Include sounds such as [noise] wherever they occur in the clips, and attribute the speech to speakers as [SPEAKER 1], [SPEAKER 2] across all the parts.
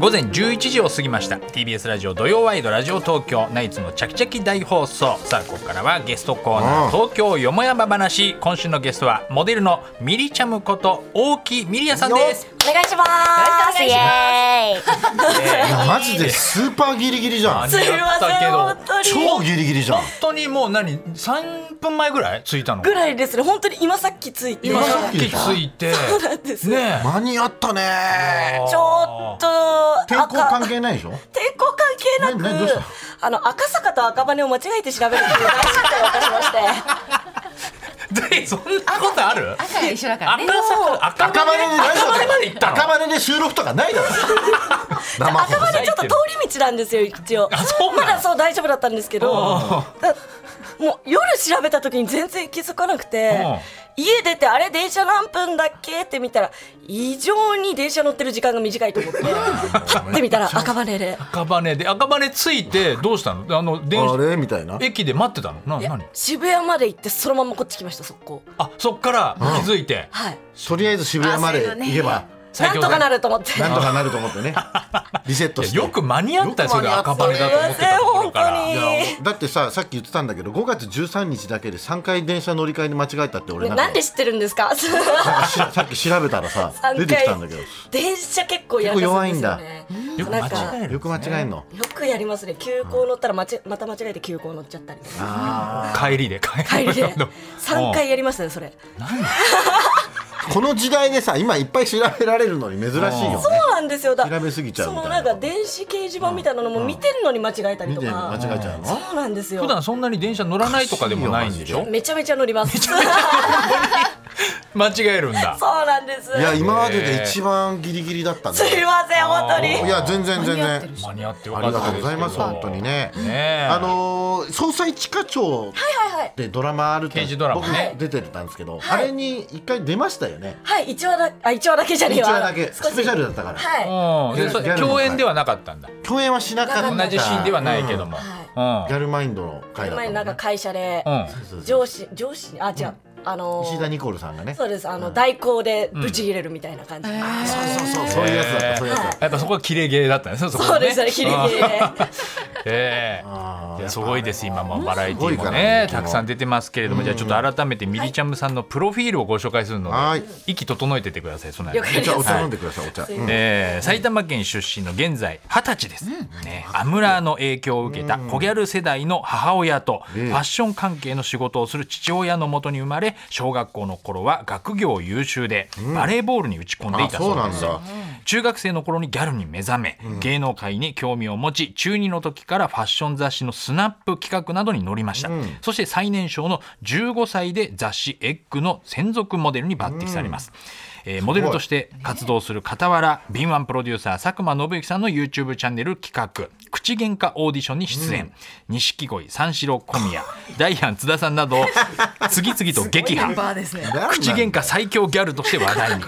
[SPEAKER 1] 午前11時を過ぎました TBS ラジオ土曜ワイドラジオ東京ナイツのチャキチャキ大放送さあここからはゲストコーナー東京よもやま話今週のゲストはモデルのミリちゃむこと大木ミリアさんです
[SPEAKER 2] お願いしますイエー
[SPEAKER 3] いやマジでスーパーギリギリじゃん
[SPEAKER 2] イすいません本当に
[SPEAKER 3] 超ギリギリじゃん
[SPEAKER 1] 本当にもう何3分前ぐらい着いたの
[SPEAKER 2] ぐらいですね本当に今さっきついて
[SPEAKER 1] 今
[SPEAKER 3] さ
[SPEAKER 1] さっき着いて
[SPEAKER 2] そうなん [laughs] です
[SPEAKER 1] ね
[SPEAKER 2] ね
[SPEAKER 1] え
[SPEAKER 3] 間に合ったね
[SPEAKER 2] ちょっと
[SPEAKER 3] 天候関
[SPEAKER 2] 赤
[SPEAKER 3] 係ないでしょ
[SPEAKER 2] 天候関係
[SPEAKER 3] 何何どう
[SPEAKER 2] なく
[SPEAKER 3] した
[SPEAKER 2] あの赤坂と赤羽を間違えて調べるっていう大失態を犯しまして
[SPEAKER 1] でそんなことある
[SPEAKER 4] 朝が一緒だから
[SPEAKER 1] 赤
[SPEAKER 4] ね。
[SPEAKER 1] 坂赤
[SPEAKER 3] 赤羽で
[SPEAKER 1] 赤羽まで行ったの
[SPEAKER 3] 赤羽で収録とかないだ
[SPEAKER 2] [laughs]
[SPEAKER 3] ろ生
[SPEAKER 2] 赤
[SPEAKER 3] 放送
[SPEAKER 2] 羽ちょっと通り道なんですよ一応
[SPEAKER 1] そうな
[SPEAKER 2] ま
[SPEAKER 1] の
[SPEAKER 2] だそう大丈夫だったんですけどだもう夜調べた時に全然気づかなくて家出てあれ電車何分だっけって見たら異常に電車乗ってる時間が短いと
[SPEAKER 3] [laughs]
[SPEAKER 2] 思ってパッて見たら赤羽で
[SPEAKER 1] 赤羽で赤羽着いてどうしたのあの電
[SPEAKER 3] あ
[SPEAKER 1] 車
[SPEAKER 3] れみたいな
[SPEAKER 1] 駅で待ってたのない
[SPEAKER 2] や
[SPEAKER 1] 何
[SPEAKER 2] 渋谷まで行ってそのままこっち来ました速攻
[SPEAKER 1] あそっから気づいて
[SPEAKER 2] はい
[SPEAKER 3] とりあえず渋谷まで行けば
[SPEAKER 1] 最
[SPEAKER 2] な
[SPEAKER 1] 強
[SPEAKER 2] ん
[SPEAKER 1] だ
[SPEAKER 2] とかなると思ってすい
[SPEAKER 3] なんとかなると思って
[SPEAKER 2] [laughs]
[SPEAKER 3] ねリセットして
[SPEAKER 1] よく間に合ったよそれ
[SPEAKER 3] よく
[SPEAKER 1] 赤
[SPEAKER 3] 間
[SPEAKER 1] 羽
[SPEAKER 3] に合
[SPEAKER 1] だと
[SPEAKER 3] っ
[SPEAKER 1] 思っ
[SPEAKER 3] た
[SPEAKER 2] ま
[SPEAKER 1] て
[SPEAKER 2] せん
[SPEAKER 1] たところ
[SPEAKER 2] 本
[SPEAKER 1] から
[SPEAKER 2] 当
[SPEAKER 3] いや
[SPEAKER 2] に
[SPEAKER 3] だってささっき言ってたんだけど5月13日だけで3回電車乗り換えに間違えたって俺
[SPEAKER 2] ね
[SPEAKER 3] なん
[SPEAKER 2] な
[SPEAKER 3] か
[SPEAKER 2] んで知ってるんですか [laughs]
[SPEAKER 3] しさっき調べたらさ
[SPEAKER 2] 三
[SPEAKER 3] 出
[SPEAKER 2] 回
[SPEAKER 3] てきたんだけど
[SPEAKER 2] 電車結構やらかすんですよね
[SPEAKER 1] よく間違える
[SPEAKER 3] よく間違えんの
[SPEAKER 2] よくやりますね急行乗ったらまちまた間違えて急行乗っちゃったり
[SPEAKER 3] あ
[SPEAKER 1] 帰りで
[SPEAKER 2] 帰
[SPEAKER 3] [laughs]
[SPEAKER 2] りで3回
[SPEAKER 1] うん
[SPEAKER 2] やりましたねそれ
[SPEAKER 3] ーこの時代でさ今いっぱい調べられるのに珍しいよね
[SPEAKER 2] そうなんですよだ
[SPEAKER 3] 調べすぎちゃうみたい
[SPEAKER 2] そ
[SPEAKER 3] な
[SPEAKER 2] のなんか電子掲示板みたいなのも見てんのに間違えたり
[SPEAKER 3] 見
[SPEAKER 2] と
[SPEAKER 3] て間
[SPEAKER 2] か
[SPEAKER 3] 違えちゃうの
[SPEAKER 2] そうなんですよ
[SPEAKER 1] 普段そんなに電車乗らないとかでもないんでしょ
[SPEAKER 2] めちゃめちゃ乗りますそう [laughs]
[SPEAKER 1] 間違えるんだ
[SPEAKER 2] なんです
[SPEAKER 3] いや
[SPEAKER 2] すい
[SPEAKER 3] 今までで一番ギリギリだったね
[SPEAKER 2] ません本当
[SPEAKER 3] い
[SPEAKER 2] に
[SPEAKER 3] や全然全
[SPEAKER 4] 間に合って
[SPEAKER 3] 然
[SPEAKER 4] るし
[SPEAKER 1] 間に合ってよ
[SPEAKER 3] あ
[SPEAKER 1] かっ
[SPEAKER 3] りが
[SPEAKER 1] た
[SPEAKER 3] とう
[SPEAKER 1] ですけ
[SPEAKER 3] ご
[SPEAKER 1] ど
[SPEAKER 3] ざいます本当にね
[SPEAKER 1] ねえ
[SPEAKER 3] あのー捜査一課長でドラマあるって
[SPEAKER 1] 刑事ドラマね
[SPEAKER 3] 僕出てたんですけどあれに一回出ましたよね
[SPEAKER 2] はい一話だあ一話だけじゃね
[SPEAKER 3] 一
[SPEAKER 2] えわ
[SPEAKER 3] 話だけ
[SPEAKER 2] 少し
[SPEAKER 3] スペシャルだったから
[SPEAKER 2] はい
[SPEAKER 1] うんでそ
[SPEAKER 3] ギャルの会
[SPEAKER 1] 共演ではなかったんだ
[SPEAKER 3] 共演はしなかった
[SPEAKER 1] 同じシーンではないけども
[SPEAKER 3] ギャルマインドの回だった
[SPEAKER 2] 前
[SPEAKER 3] も
[SPEAKER 2] に
[SPEAKER 3] ん
[SPEAKER 2] なんか
[SPEAKER 3] ね
[SPEAKER 2] 会社で
[SPEAKER 1] うんうん
[SPEAKER 3] そうそうそう
[SPEAKER 2] 上司上司あ違うあのー
[SPEAKER 3] 石田ニコルさんがね
[SPEAKER 2] そうですあの代行でぶち入れるみたいな感じ
[SPEAKER 3] そうそうそうそういうやつだったそういうやつだっ
[SPEAKER 1] やっぱそこはキレゲーだったねそこ
[SPEAKER 2] そ
[SPEAKER 1] は
[SPEAKER 2] うですねギリギリで
[SPEAKER 1] ええ
[SPEAKER 3] あー
[SPEAKER 1] いやすごいです今もうバラエティ
[SPEAKER 3] す
[SPEAKER 1] ー
[SPEAKER 3] ご
[SPEAKER 1] も
[SPEAKER 3] いから
[SPEAKER 1] ね
[SPEAKER 3] ね
[SPEAKER 1] たくさん出てますけれどもじゃあちょっと改めてミリチャムさんのプロフィールをご紹介するの
[SPEAKER 3] は
[SPEAKER 1] で
[SPEAKER 3] い
[SPEAKER 1] 息整えててくださいその
[SPEAKER 2] 了
[SPEAKER 1] 間
[SPEAKER 2] 解
[SPEAKER 3] たお
[SPEAKER 2] です
[SPEAKER 3] 茶お茶飲んでくださいお茶うん
[SPEAKER 1] えー埼玉県出身の現在二十歳です、ね、アムラーの影響を受けた小ギャル世代の母親とフ
[SPEAKER 3] ええ
[SPEAKER 1] ァッション関係の仕事をする父親のもとに生まれ小学校の頃は学業優秀でバレーボールに打ち込んでい
[SPEAKER 3] あ
[SPEAKER 1] た
[SPEAKER 3] そ
[SPEAKER 1] そうう
[SPEAKER 3] な
[SPEAKER 1] で
[SPEAKER 3] ん
[SPEAKER 1] す
[SPEAKER 3] だ
[SPEAKER 1] 中学生の頃にギャルに目覚め、芸能界に興味を持ち中2の時からファッション雑誌のスナップ企画などに乗りました、そして最年少の15歳で雑誌「エッグの専属モデルに抜擢されます、えーモデルとして活動する傍ら敏腕プロデューサー佐久間信之さんの YouTube チャンネル企画「口喧嘩オーディション」に出演錦鯉、三四郎小宮ダイアン津田さんなどを次々と撃破
[SPEAKER 4] メンバーですね。
[SPEAKER 1] 口喧嘩最強ギャルとして話題に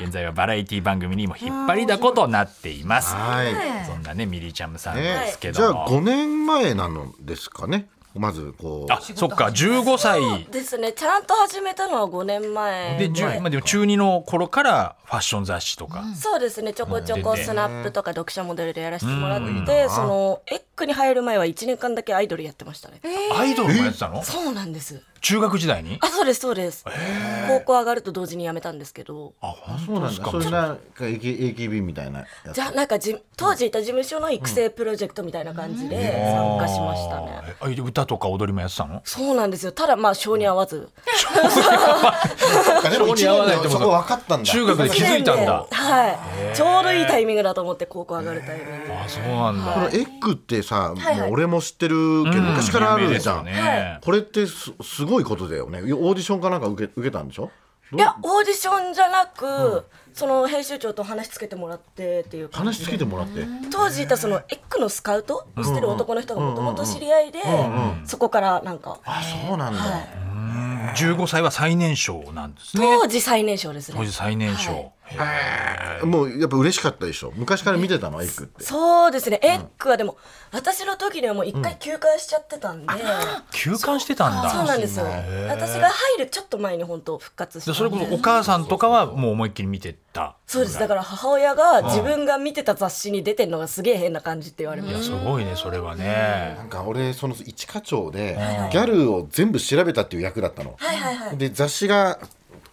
[SPEAKER 1] 現在はバラエティ番組にも引っ張りだことなっています
[SPEAKER 3] はい
[SPEAKER 1] そんなねミリちゃむさんで
[SPEAKER 3] ね
[SPEAKER 1] すけ
[SPEAKER 3] じゃ
[SPEAKER 1] ど
[SPEAKER 3] あ
[SPEAKER 1] も、
[SPEAKER 3] 5年前なのですかねまずこう
[SPEAKER 1] あそっか15歳
[SPEAKER 2] ですねちゃんと始めたのは5年前
[SPEAKER 1] で10まあでも中2の頃からファッション雑誌とか、
[SPEAKER 2] そうですねちょこちょ
[SPEAKER 1] うん
[SPEAKER 2] こ
[SPEAKER 1] 出て
[SPEAKER 2] スナップとか読者モデルでやらせてもらってそのエッグに入る前は1年間だけアイドルやってましたね
[SPEAKER 1] アイドルもやってたの
[SPEAKER 2] そうなんです
[SPEAKER 1] 中学時代に
[SPEAKER 2] あそうですそうです高校上がると同時に辞めたんですけど
[SPEAKER 1] あ本
[SPEAKER 3] そう
[SPEAKER 1] 当
[SPEAKER 3] な
[SPEAKER 1] で
[SPEAKER 3] ん
[SPEAKER 1] す
[SPEAKER 3] だ
[SPEAKER 1] か
[SPEAKER 3] それなんか AK AKB みたいなやつ
[SPEAKER 2] じゃあなんかじ当時いた事務所の育成プロジェクトみたいな感じで参加しましたね、
[SPEAKER 1] あえ歌とか踊りもやってたの
[SPEAKER 2] そうなんですよただまあ性に合わず
[SPEAKER 3] なんかでも
[SPEAKER 1] 性に合わない
[SPEAKER 3] 一
[SPEAKER 1] と
[SPEAKER 3] 年
[SPEAKER 1] 思
[SPEAKER 3] そうこ分かったんだ
[SPEAKER 1] 中学で気づいたんだ
[SPEAKER 2] 1年ではいちょうどいいタイミングだと思って高校上がるタイミング
[SPEAKER 1] あそうなんだ、
[SPEAKER 3] このエッグってさ、
[SPEAKER 2] はい
[SPEAKER 3] もう俺も知ってるけど昔からあ
[SPEAKER 1] 有名
[SPEAKER 3] る
[SPEAKER 1] です
[SPEAKER 3] じゃ
[SPEAKER 1] よ
[SPEAKER 3] ん、
[SPEAKER 1] ね、
[SPEAKER 3] これってすすごいことだよねオーディションかなんか受け受けたんでしょどう
[SPEAKER 2] いやオーディションじゃなく、その編集長と話つけてもらってっていう感じ
[SPEAKER 3] 話つけてもらって
[SPEAKER 2] 当時いたそのエッグのスカウトをしてる男の人がもともと知り合いで、そこからなんか、
[SPEAKER 3] あそうなんだ、
[SPEAKER 2] はい
[SPEAKER 1] 15歳は最年少なんですね
[SPEAKER 2] 当時最年少ですね
[SPEAKER 1] 当時最年少、
[SPEAKER 2] はい
[SPEAKER 3] へえもうやっぱ嬉しかったでしょ昔から見てたのエッグって
[SPEAKER 2] そうですね、エッグはでも、私の時にはもう一回休館しちゃってたんで、
[SPEAKER 1] 休館してたんだ
[SPEAKER 2] そうなんですよ。私が入るちょっと前に本当復活して
[SPEAKER 1] でそれこそお母さんとかはもう思いっきり見てた
[SPEAKER 2] そうです。だから母親が自分が見てた雑誌に出てるのがすげえ変な感じって言われま
[SPEAKER 1] い
[SPEAKER 2] す。
[SPEAKER 1] やすごいねそれはね
[SPEAKER 3] なんか俺その一課長でギャルを全部調べたっていう役だったの、
[SPEAKER 2] はいはいはい。
[SPEAKER 3] で雑誌が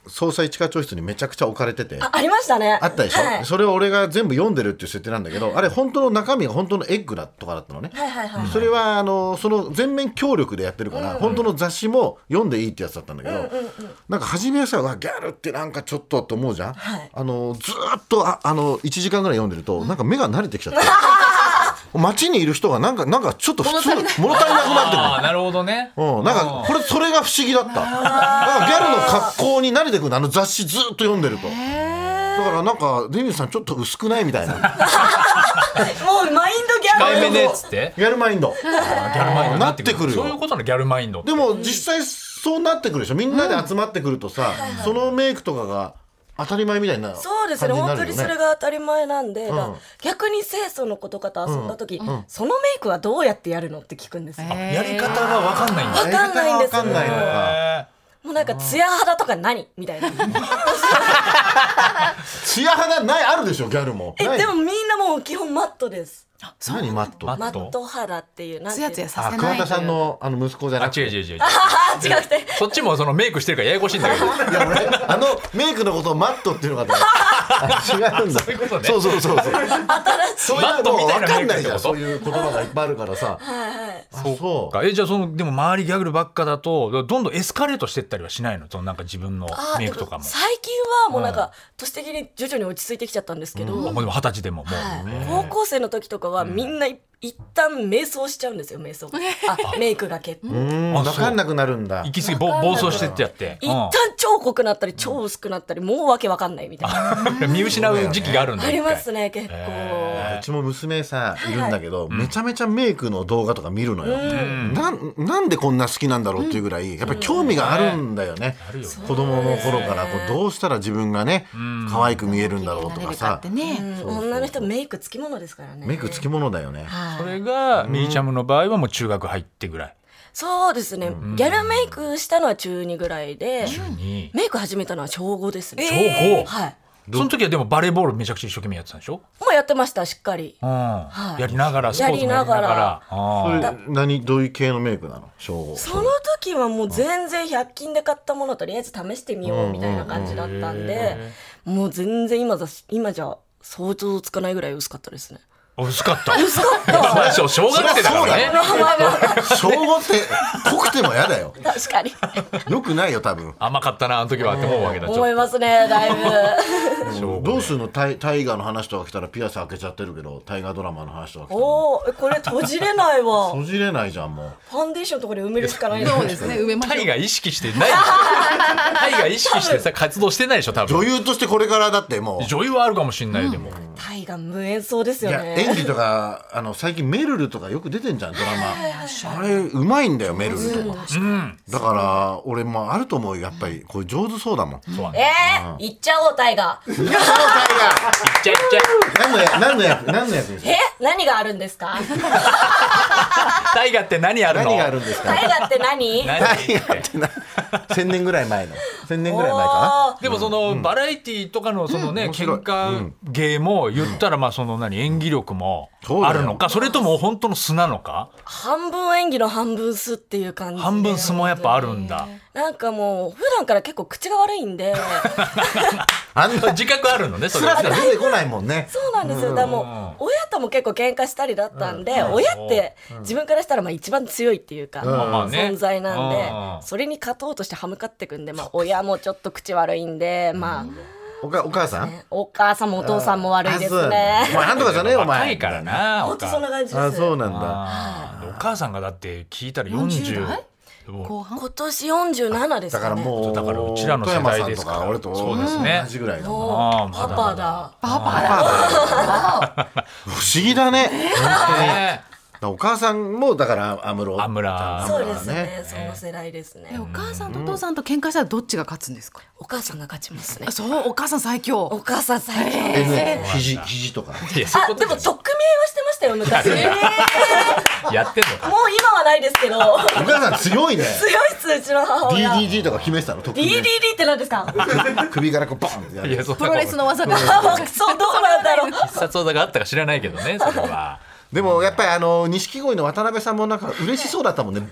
[SPEAKER 3] 捜査一課長室にめちゃくちゃ置かれてて
[SPEAKER 2] あありましたね。
[SPEAKER 3] あったでしょ、
[SPEAKER 2] はい、
[SPEAKER 3] それを俺が全部読んでるっていう設定なんだけどあれ本当の中身が本当のエッグだとかだったのね、
[SPEAKER 2] はいはいはい。
[SPEAKER 3] それはあのその全面協力でやってるから、本当の雑誌も読んでいいってやつだったんだけど、なんか初めさうわギャルってなんかちょっとと思うじゃん、
[SPEAKER 2] はい
[SPEAKER 3] あのずーっとああの1時間ぐらい読んでると、なんか目が慣れて [laughs] きちゃって街にいる人がなんかなんかちょっと普通物足りなくなってくる
[SPEAKER 1] ああなるほどね
[SPEAKER 3] うん、なんかこれそれが不思議だっただからギャルの格好に慣れてくるのあの雑誌ずっと読んでるとだからなんかデニーさんちょっと薄くないみたい [laughs] な
[SPEAKER 2] もうマインドギャ
[SPEAKER 1] 控
[SPEAKER 2] ル
[SPEAKER 1] えめねっつって
[SPEAKER 3] ギャルマイン [laughs] ド
[SPEAKER 1] ギャルマインドに
[SPEAKER 3] なってくる
[SPEAKER 1] そういう
[SPEAKER 3] よ
[SPEAKER 1] ことのギャルマインドって
[SPEAKER 3] でも実際そうなってくるでしょみんなで集まってくるとさ、そのメイクとかが当たり前みたいな感じ
[SPEAKER 2] そうです
[SPEAKER 3] に
[SPEAKER 2] ね
[SPEAKER 3] なる
[SPEAKER 2] 本当
[SPEAKER 3] よ
[SPEAKER 2] に
[SPEAKER 3] ね
[SPEAKER 2] それが当たり前なんで、だから
[SPEAKER 3] うん
[SPEAKER 2] 逆に清楚の子とかと遊んだ時、そのメイクはどうやってやるのって聞くんですよ、
[SPEAKER 1] やり方がわかんないんだ
[SPEAKER 2] わかんないんですよ
[SPEAKER 3] やり方がわかんないのか
[SPEAKER 1] へ
[SPEAKER 2] もうなんかツヤ肌とか何みたいな
[SPEAKER 3] ツヤ肌ないあるでしょギャルもな
[SPEAKER 2] え
[SPEAKER 3] い
[SPEAKER 2] でもみんなもう基本マットです
[SPEAKER 3] 何マット
[SPEAKER 1] マ
[SPEAKER 2] マット肌っていうなん
[SPEAKER 4] つ
[SPEAKER 2] ていう
[SPEAKER 4] や
[SPEAKER 2] の
[SPEAKER 4] つやさ
[SPEAKER 3] あ
[SPEAKER 4] せな
[SPEAKER 3] 桑
[SPEAKER 4] い
[SPEAKER 3] 田さんのあの息子じゃ
[SPEAKER 1] あ
[SPEAKER 3] なく
[SPEAKER 1] 違う
[SPEAKER 3] て
[SPEAKER 1] 違う違う違う
[SPEAKER 2] [laughs] あー違くて
[SPEAKER 1] そっちもそのメイクしてるからややこしいんだけ
[SPEAKER 2] [laughs]
[SPEAKER 1] ど
[SPEAKER 3] いや俺あのメイクのことをマットっていうのかと思ったあ違うんだ
[SPEAKER 1] そういうことね
[SPEAKER 3] そうそうそうそうそう
[SPEAKER 1] マ
[SPEAKER 3] い
[SPEAKER 1] ッ
[SPEAKER 3] うの
[SPEAKER 1] トみ
[SPEAKER 3] も
[SPEAKER 1] たい
[SPEAKER 3] 分
[SPEAKER 1] な
[SPEAKER 3] か
[SPEAKER 1] メイ
[SPEAKER 3] ん
[SPEAKER 1] クってこ
[SPEAKER 3] ないじゃんそ
[SPEAKER 1] と
[SPEAKER 3] ういう言葉がいっぱいあるからさあそう
[SPEAKER 1] えじゃあそのでも周りギャグルばっかだとどんどんエスカレートしてったりはしないのそのなんか自分の
[SPEAKER 2] あー
[SPEAKER 1] メイクとかも
[SPEAKER 2] で最近はもうなんか、年的に徐々に落ち着いてきちゃったんですけど、
[SPEAKER 1] あもうでも二十歳でももう、
[SPEAKER 2] はい高校生の時とかはみんない一旦瞑想しちゃうんですよ瞑想あメイクがけって、
[SPEAKER 3] う
[SPEAKER 2] 一
[SPEAKER 3] ーん
[SPEAKER 1] あ
[SPEAKER 3] 分かんなくなるんだ
[SPEAKER 1] 行き過ぎ暴暴走してってやって、
[SPEAKER 2] 旦超濃くなったり超薄くなったりもうわけわかんないみたいな
[SPEAKER 1] うん見失う時期があるんだ
[SPEAKER 2] あります
[SPEAKER 1] ね
[SPEAKER 2] ね結構、
[SPEAKER 1] へ
[SPEAKER 3] うちも娘さいるんだけど、めちゃめちゃメイクの動画とか見るのよ、なんなんでこんな好きなんだろうっていうぐらいやっぱり興味があるんだよね、
[SPEAKER 1] るよ
[SPEAKER 3] 子供の頃からこうどうしたら自分がね、可愛く見えるんだろうとかさ、
[SPEAKER 4] ね
[SPEAKER 2] うん女の人メイクつきものですからね
[SPEAKER 3] メイクつきものだよね、
[SPEAKER 1] それがみーちゃむの場合はもう中学入ってぐらい、
[SPEAKER 2] そうですね、ギャルメイクしたのは中2ぐらいで、
[SPEAKER 1] に
[SPEAKER 2] メイク始めたのは小5ですね
[SPEAKER 1] 小五
[SPEAKER 2] はい
[SPEAKER 1] その時はでもバレーボールめちゃくちゃ一生懸命やってたんでしょ、
[SPEAKER 2] もうやってましたしっかり
[SPEAKER 1] うん
[SPEAKER 2] い
[SPEAKER 1] やりながらスポーツもやりながら
[SPEAKER 2] やりながら
[SPEAKER 1] あ
[SPEAKER 3] そ
[SPEAKER 1] ー
[SPEAKER 3] れ何どういう系のメイクなの小五
[SPEAKER 2] その時はもう全然100均で買ったものとりあえず試してみようみたいな感じだったんで、もう全然今ざ今じゃ想像つかないぐらい薄かったですね。
[SPEAKER 1] 薄かった
[SPEAKER 2] 薄かった
[SPEAKER 1] まあ小小学生だからね
[SPEAKER 3] 小五って濃くても嫌だよ
[SPEAKER 2] 確かに
[SPEAKER 3] よくないよ多分
[SPEAKER 1] 甘かったなあの時はって思うわけだちょっ
[SPEAKER 2] 思いますねだいぶ。
[SPEAKER 1] 小五
[SPEAKER 3] どうするのタイタイガーの話とか来たらピアス開けちゃってるけどタイガードラマの話と [laughs] か来たら
[SPEAKER 2] おおこれ閉じれないわ。
[SPEAKER 3] 閉じれないじゃんもう
[SPEAKER 2] ファンデーションとかで埋めるしかない
[SPEAKER 4] そうですね埋めまし
[SPEAKER 1] タ
[SPEAKER 4] ょ
[SPEAKER 1] イ
[SPEAKER 4] う
[SPEAKER 1] が意識してないでしょタイが意識してさ活動してないでしょ多分
[SPEAKER 3] 女優としてこれからだってもう
[SPEAKER 1] 女優はあるかもしんないよでも、
[SPEAKER 2] タイが無縁そうで
[SPEAKER 3] い
[SPEAKER 2] すよ
[SPEAKER 3] や演
[SPEAKER 2] ね。
[SPEAKER 3] 技とか [laughs] あの最近めるるとかよく出てんじゃんドラマあれうまいんだよめるるとか
[SPEAKER 1] うん、
[SPEAKER 3] だから俺もあると思うよやっぱりこれ上手そうだもんそう
[SPEAKER 1] そうなん
[SPEAKER 2] え
[SPEAKER 1] だいっ
[SPEAKER 2] ー、行っちゃおうタイが。
[SPEAKER 3] タイガー
[SPEAKER 1] ちゃいっちゃい
[SPEAKER 3] 何の役何の役何の役です
[SPEAKER 2] [laughs]
[SPEAKER 3] か
[SPEAKER 2] え何があるんですか。
[SPEAKER 1] タイガって何あるの
[SPEAKER 3] 何があるんです
[SPEAKER 2] タ
[SPEAKER 3] か
[SPEAKER 2] イガって
[SPEAKER 1] [laughs]
[SPEAKER 2] 何？
[SPEAKER 1] 何
[SPEAKER 3] タイガーってな1000年ぐらい前の1000年ぐらい前か
[SPEAKER 2] おー
[SPEAKER 1] でもその、バラエティーとかのそのね、
[SPEAKER 3] 面白い
[SPEAKER 1] 喧嘩芸も言ったらまあその何演技力も
[SPEAKER 3] そうだ
[SPEAKER 1] あ
[SPEAKER 3] よ
[SPEAKER 1] るのかそれとも本当の素なのか
[SPEAKER 2] 半分演技の半分素っていう感じで。
[SPEAKER 1] 半分素もやっぱあるんだ
[SPEAKER 2] なんかもう普段から結構口が悪いんで
[SPEAKER 3] なあんな
[SPEAKER 1] 自覚あるのねそ
[SPEAKER 3] ス
[SPEAKER 1] れは
[SPEAKER 3] ラスラ出てこないもんね
[SPEAKER 2] そうなんですよだからもう親とも結構喧嘩したりだったんで、親って自分からしたらまあ一番強いっていうか、
[SPEAKER 1] まあまあね
[SPEAKER 2] 存在なんで、
[SPEAKER 1] うん
[SPEAKER 2] それに勝とうとして歯向かってくんで、まあ、親もちょっと口悪いんで、ま
[SPEAKER 3] おかお母さ
[SPEAKER 2] あ、
[SPEAKER 3] ん
[SPEAKER 2] ねお母さんもお父さんも悪いで
[SPEAKER 3] あそう
[SPEAKER 2] す
[SPEAKER 3] なんだお
[SPEAKER 2] ね。
[SPEAKER 3] 前なんとかじゃねえよお前
[SPEAKER 1] 若いから
[SPEAKER 2] [laughs]
[SPEAKER 1] な
[SPEAKER 2] 本当そんな感じです
[SPEAKER 3] あそうなんだ
[SPEAKER 1] あーお母さんがだって聞いたら40
[SPEAKER 4] 40代
[SPEAKER 1] もう
[SPEAKER 4] 後半
[SPEAKER 2] 今年47です
[SPEAKER 3] だ
[SPEAKER 2] か
[SPEAKER 3] から
[SPEAKER 2] ね。もう
[SPEAKER 3] もう
[SPEAKER 1] だからうちらの世代ですから
[SPEAKER 3] 富山さんとか
[SPEAKER 1] そう
[SPEAKER 3] 俺
[SPEAKER 1] で
[SPEAKER 3] と
[SPEAKER 1] すね
[SPEAKER 3] 同じぐらいだもん
[SPEAKER 1] あーま
[SPEAKER 2] パ
[SPEAKER 1] だ
[SPEAKER 3] [laughs]
[SPEAKER 2] パ
[SPEAKER 4] パ
[SPEAKER 2] だ。
[SPEAKER 4] パ
[SPEAKER 3] 不思議だね
[SPEAKER 1] ね
[SPEAKER 3] らお母さんもだから安室
[SPEAKER 1] 安室
[SPEAKER 2] そうですね
[SPEAKER 3] ね
[SPEAKER 2] その世代ですね
[SPEAKER 4] えお母さんとお父さんと喧嘩したらどっちが勝つんですか、
[SPEAKER 2] お母さんが勝ちますね
[SPEAKER 4] あそうお母さん最強
[SPEAKER 2] お母さん最強
[SPEAKER 3] え
[SPEAKER 2] です
[SPEAKER 3] ね肘肘とか
[SPEAKER 1] いやそういう
[SPEAKER 2] あ
[SPEAKER 1] こ
[SPEAKER 2] で
[SPEAKER 1] と
[SPEAKER 2] も
[SPEAKER 1] じゃ
[SPEAKER 2] 特命はしてましたよ昔 [laughs] もう
[SPEAKER 1] ないやってんのか
[SPEAKER 2] 今はないですけど [laughs]
[SPEAKER 3] お母さん強いね
[SPEAKER 2] 強いっすうちの母親
[SPEAKER 3] DDD とか決めてたの特
[SPEAKER 2] DDD
[SPEAKER 3] に
[SPEAKER 2] って何ですか [laughs]
[SPEAKER 3] 首からこうバンってや
[SPEAKER 1] いや
[SPEAKER 3] る
[SPEAKER 1] そんな
[SPEAKER 4] プロレスの技で
[SPEAKER 2] そうどうなんだろう
[SPEAKER 1] 必殺技があったか知らないけどねそれは
[SPEAKER 3] でもやっぱりあの錦鯉の渡辺さんもなんか嬉しそうだったもんね [laughs]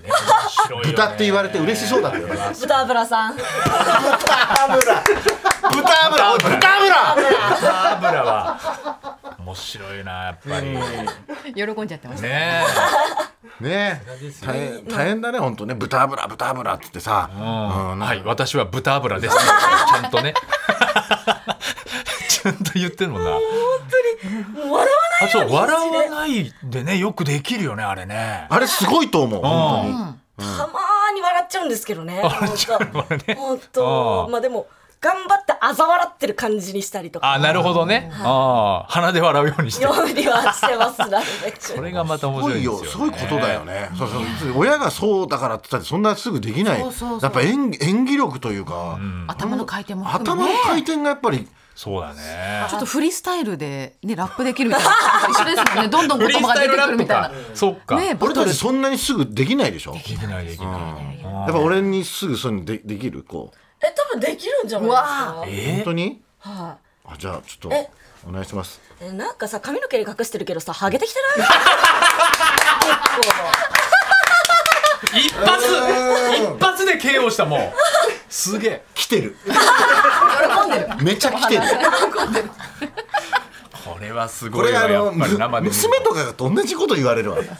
[SPEAKER 3] 豚って言われて嬉しそうだったよね
[SPEAKER 2] 豚油さん
[SPEAKER 3] 豚油豚油おい豚油
[SPEAKER 1] 油は面白いなやっぱりね
[SPEAKER 4] 喜んじゃってました
[SPEAKER 1] え
[SPEAKER 3] ねえ大変大変だね本当ね豚油豚油って言ってさうんなんか
[SPEAKER 1] はい私は豚油ですちゃんとねちゃんと言ってるもんな
[SPEAKER 2] もう笑わ
[SPEAKER 1] あそう笑わないでねよくできるよねあれね
[SPEAKER 3] あれすごいと思う本当に
[SPEAKER 2] ないたまーに笑っちゃうんですけどね
[SPEAKER 1] [laughs] 笑っちゃうのね
[SPEAKER 2] 本
[SPEAKER 1] あ
[SPEAKER 2] 当
[SPEAKER 1] ー
[SPEAKER 2] まあでも頑張って嘲笑ってる感じにしたりとか
[SPEAKER 1] あなるほどねあー鼻で笑うようにして
[SPEAKER 2] ようにはしてますなるべく
[SPEAKER 1] それがまた
[SPEAKER 3] す
[SPEAKER 1] 面
[SPEAKER 3] ご
[SPEAKER 1] 白い
[SPEAKER 3] い
[SPEAKER 1] ん
[SPEAKER 3] よ
[SPEAKER 1] ですす
[SPEAKER 3] ご
[SPEAKER 1] よ
[SPEAKER 3] い
[SPEAKER 1] ね
[SPEAKER 3] ことだよねそうそう親がそうだからって言ったってそんなすぐできない
[SPEAKER 4] そうそうそう
[SPEAKER 3] やっぱ演演技力というか
[SPEAKER 4] 頭の回転も含め
[SPEAKER 3] 頭
[SPEAKER 4] て
[SPEAKER 3] の
[SPEAKER 4] ね
[SPEAKER 3] 回転がやっぱり
[SPEAKER 1] そうだね
[SPEAKER 4] ちょっとフリースタイルで、ね、ラップできるみたいな一緒ですもんねどんどん
[SPEAKER 1] フ
[SPEAKER 4] 言
[SPEAKER 1] リー
[SPEAKER 4] 葉が
[SPEAKER 1] スタイ
[SPEAKER 4] 出
[SPEAKER 1] ル
[SPEAKER 4] て
[SPEAKER 1] ラ
[SPEAKER 4] く
[SPEAKER 1] ッ
[SPEAKER 4] る
[SPEAKER 1] プ
[SPEAKER 4] みたい
[SPEAKER 1] か
[SPEAKER 4] な
[SPEAKER 1] そっか
[SPEAKER 4] ね
[SPEAKER 1] で
[SPEAKER 4] バ
[SPEAKER 3] 俺
[SPEAKER 4] ト
[SPEAKER 3] た
[SPEAKER 4] ル
[SPEAKER 3] ちそんなにすぐできないでしょ
[SPEAKER 1] きないできない
[SPEAKER 3] やっぱ俺にすぐそういうのでできるこう
[SPEAKER 2] え多分できるんじゃないですか
[SPEAKER 3] 本
[SPEAKER 1] え
[SPEAKER 3] 当に
[SPEAKER 2] は
[SPEAKER 3] あじゃあちょっ
[SPEAKER 2] え
[SPEAKER 3] とお願いします
[SPEAKER 2] いえなんかさ髪の毛に隠してるけどさハゲてきてない [laughs] 結構
[SPEAKER 1] 一発一発で KO した
[SPEAKER 3] [laughs]
[SPEAKER 1] もんすげえ
[SPEAKER 3] 来てる
[SPEAKER 4] 喜んでる
[SPEAKER 3] めちゃ来てる
[SPEAKER 1] これはす
[SPEAKER 3] こ
[SPEAKER 1] ごい
[SPEAKER 3] れ
[SPEAKER 1] わ
[SPEAKER 3] あ
[SPEAKER 1] や
[SPEAKER 3] の
[SPEAKER 1] っぱり生で見る
[SPEAKER 3] む娘とかと同じこと言われるわめち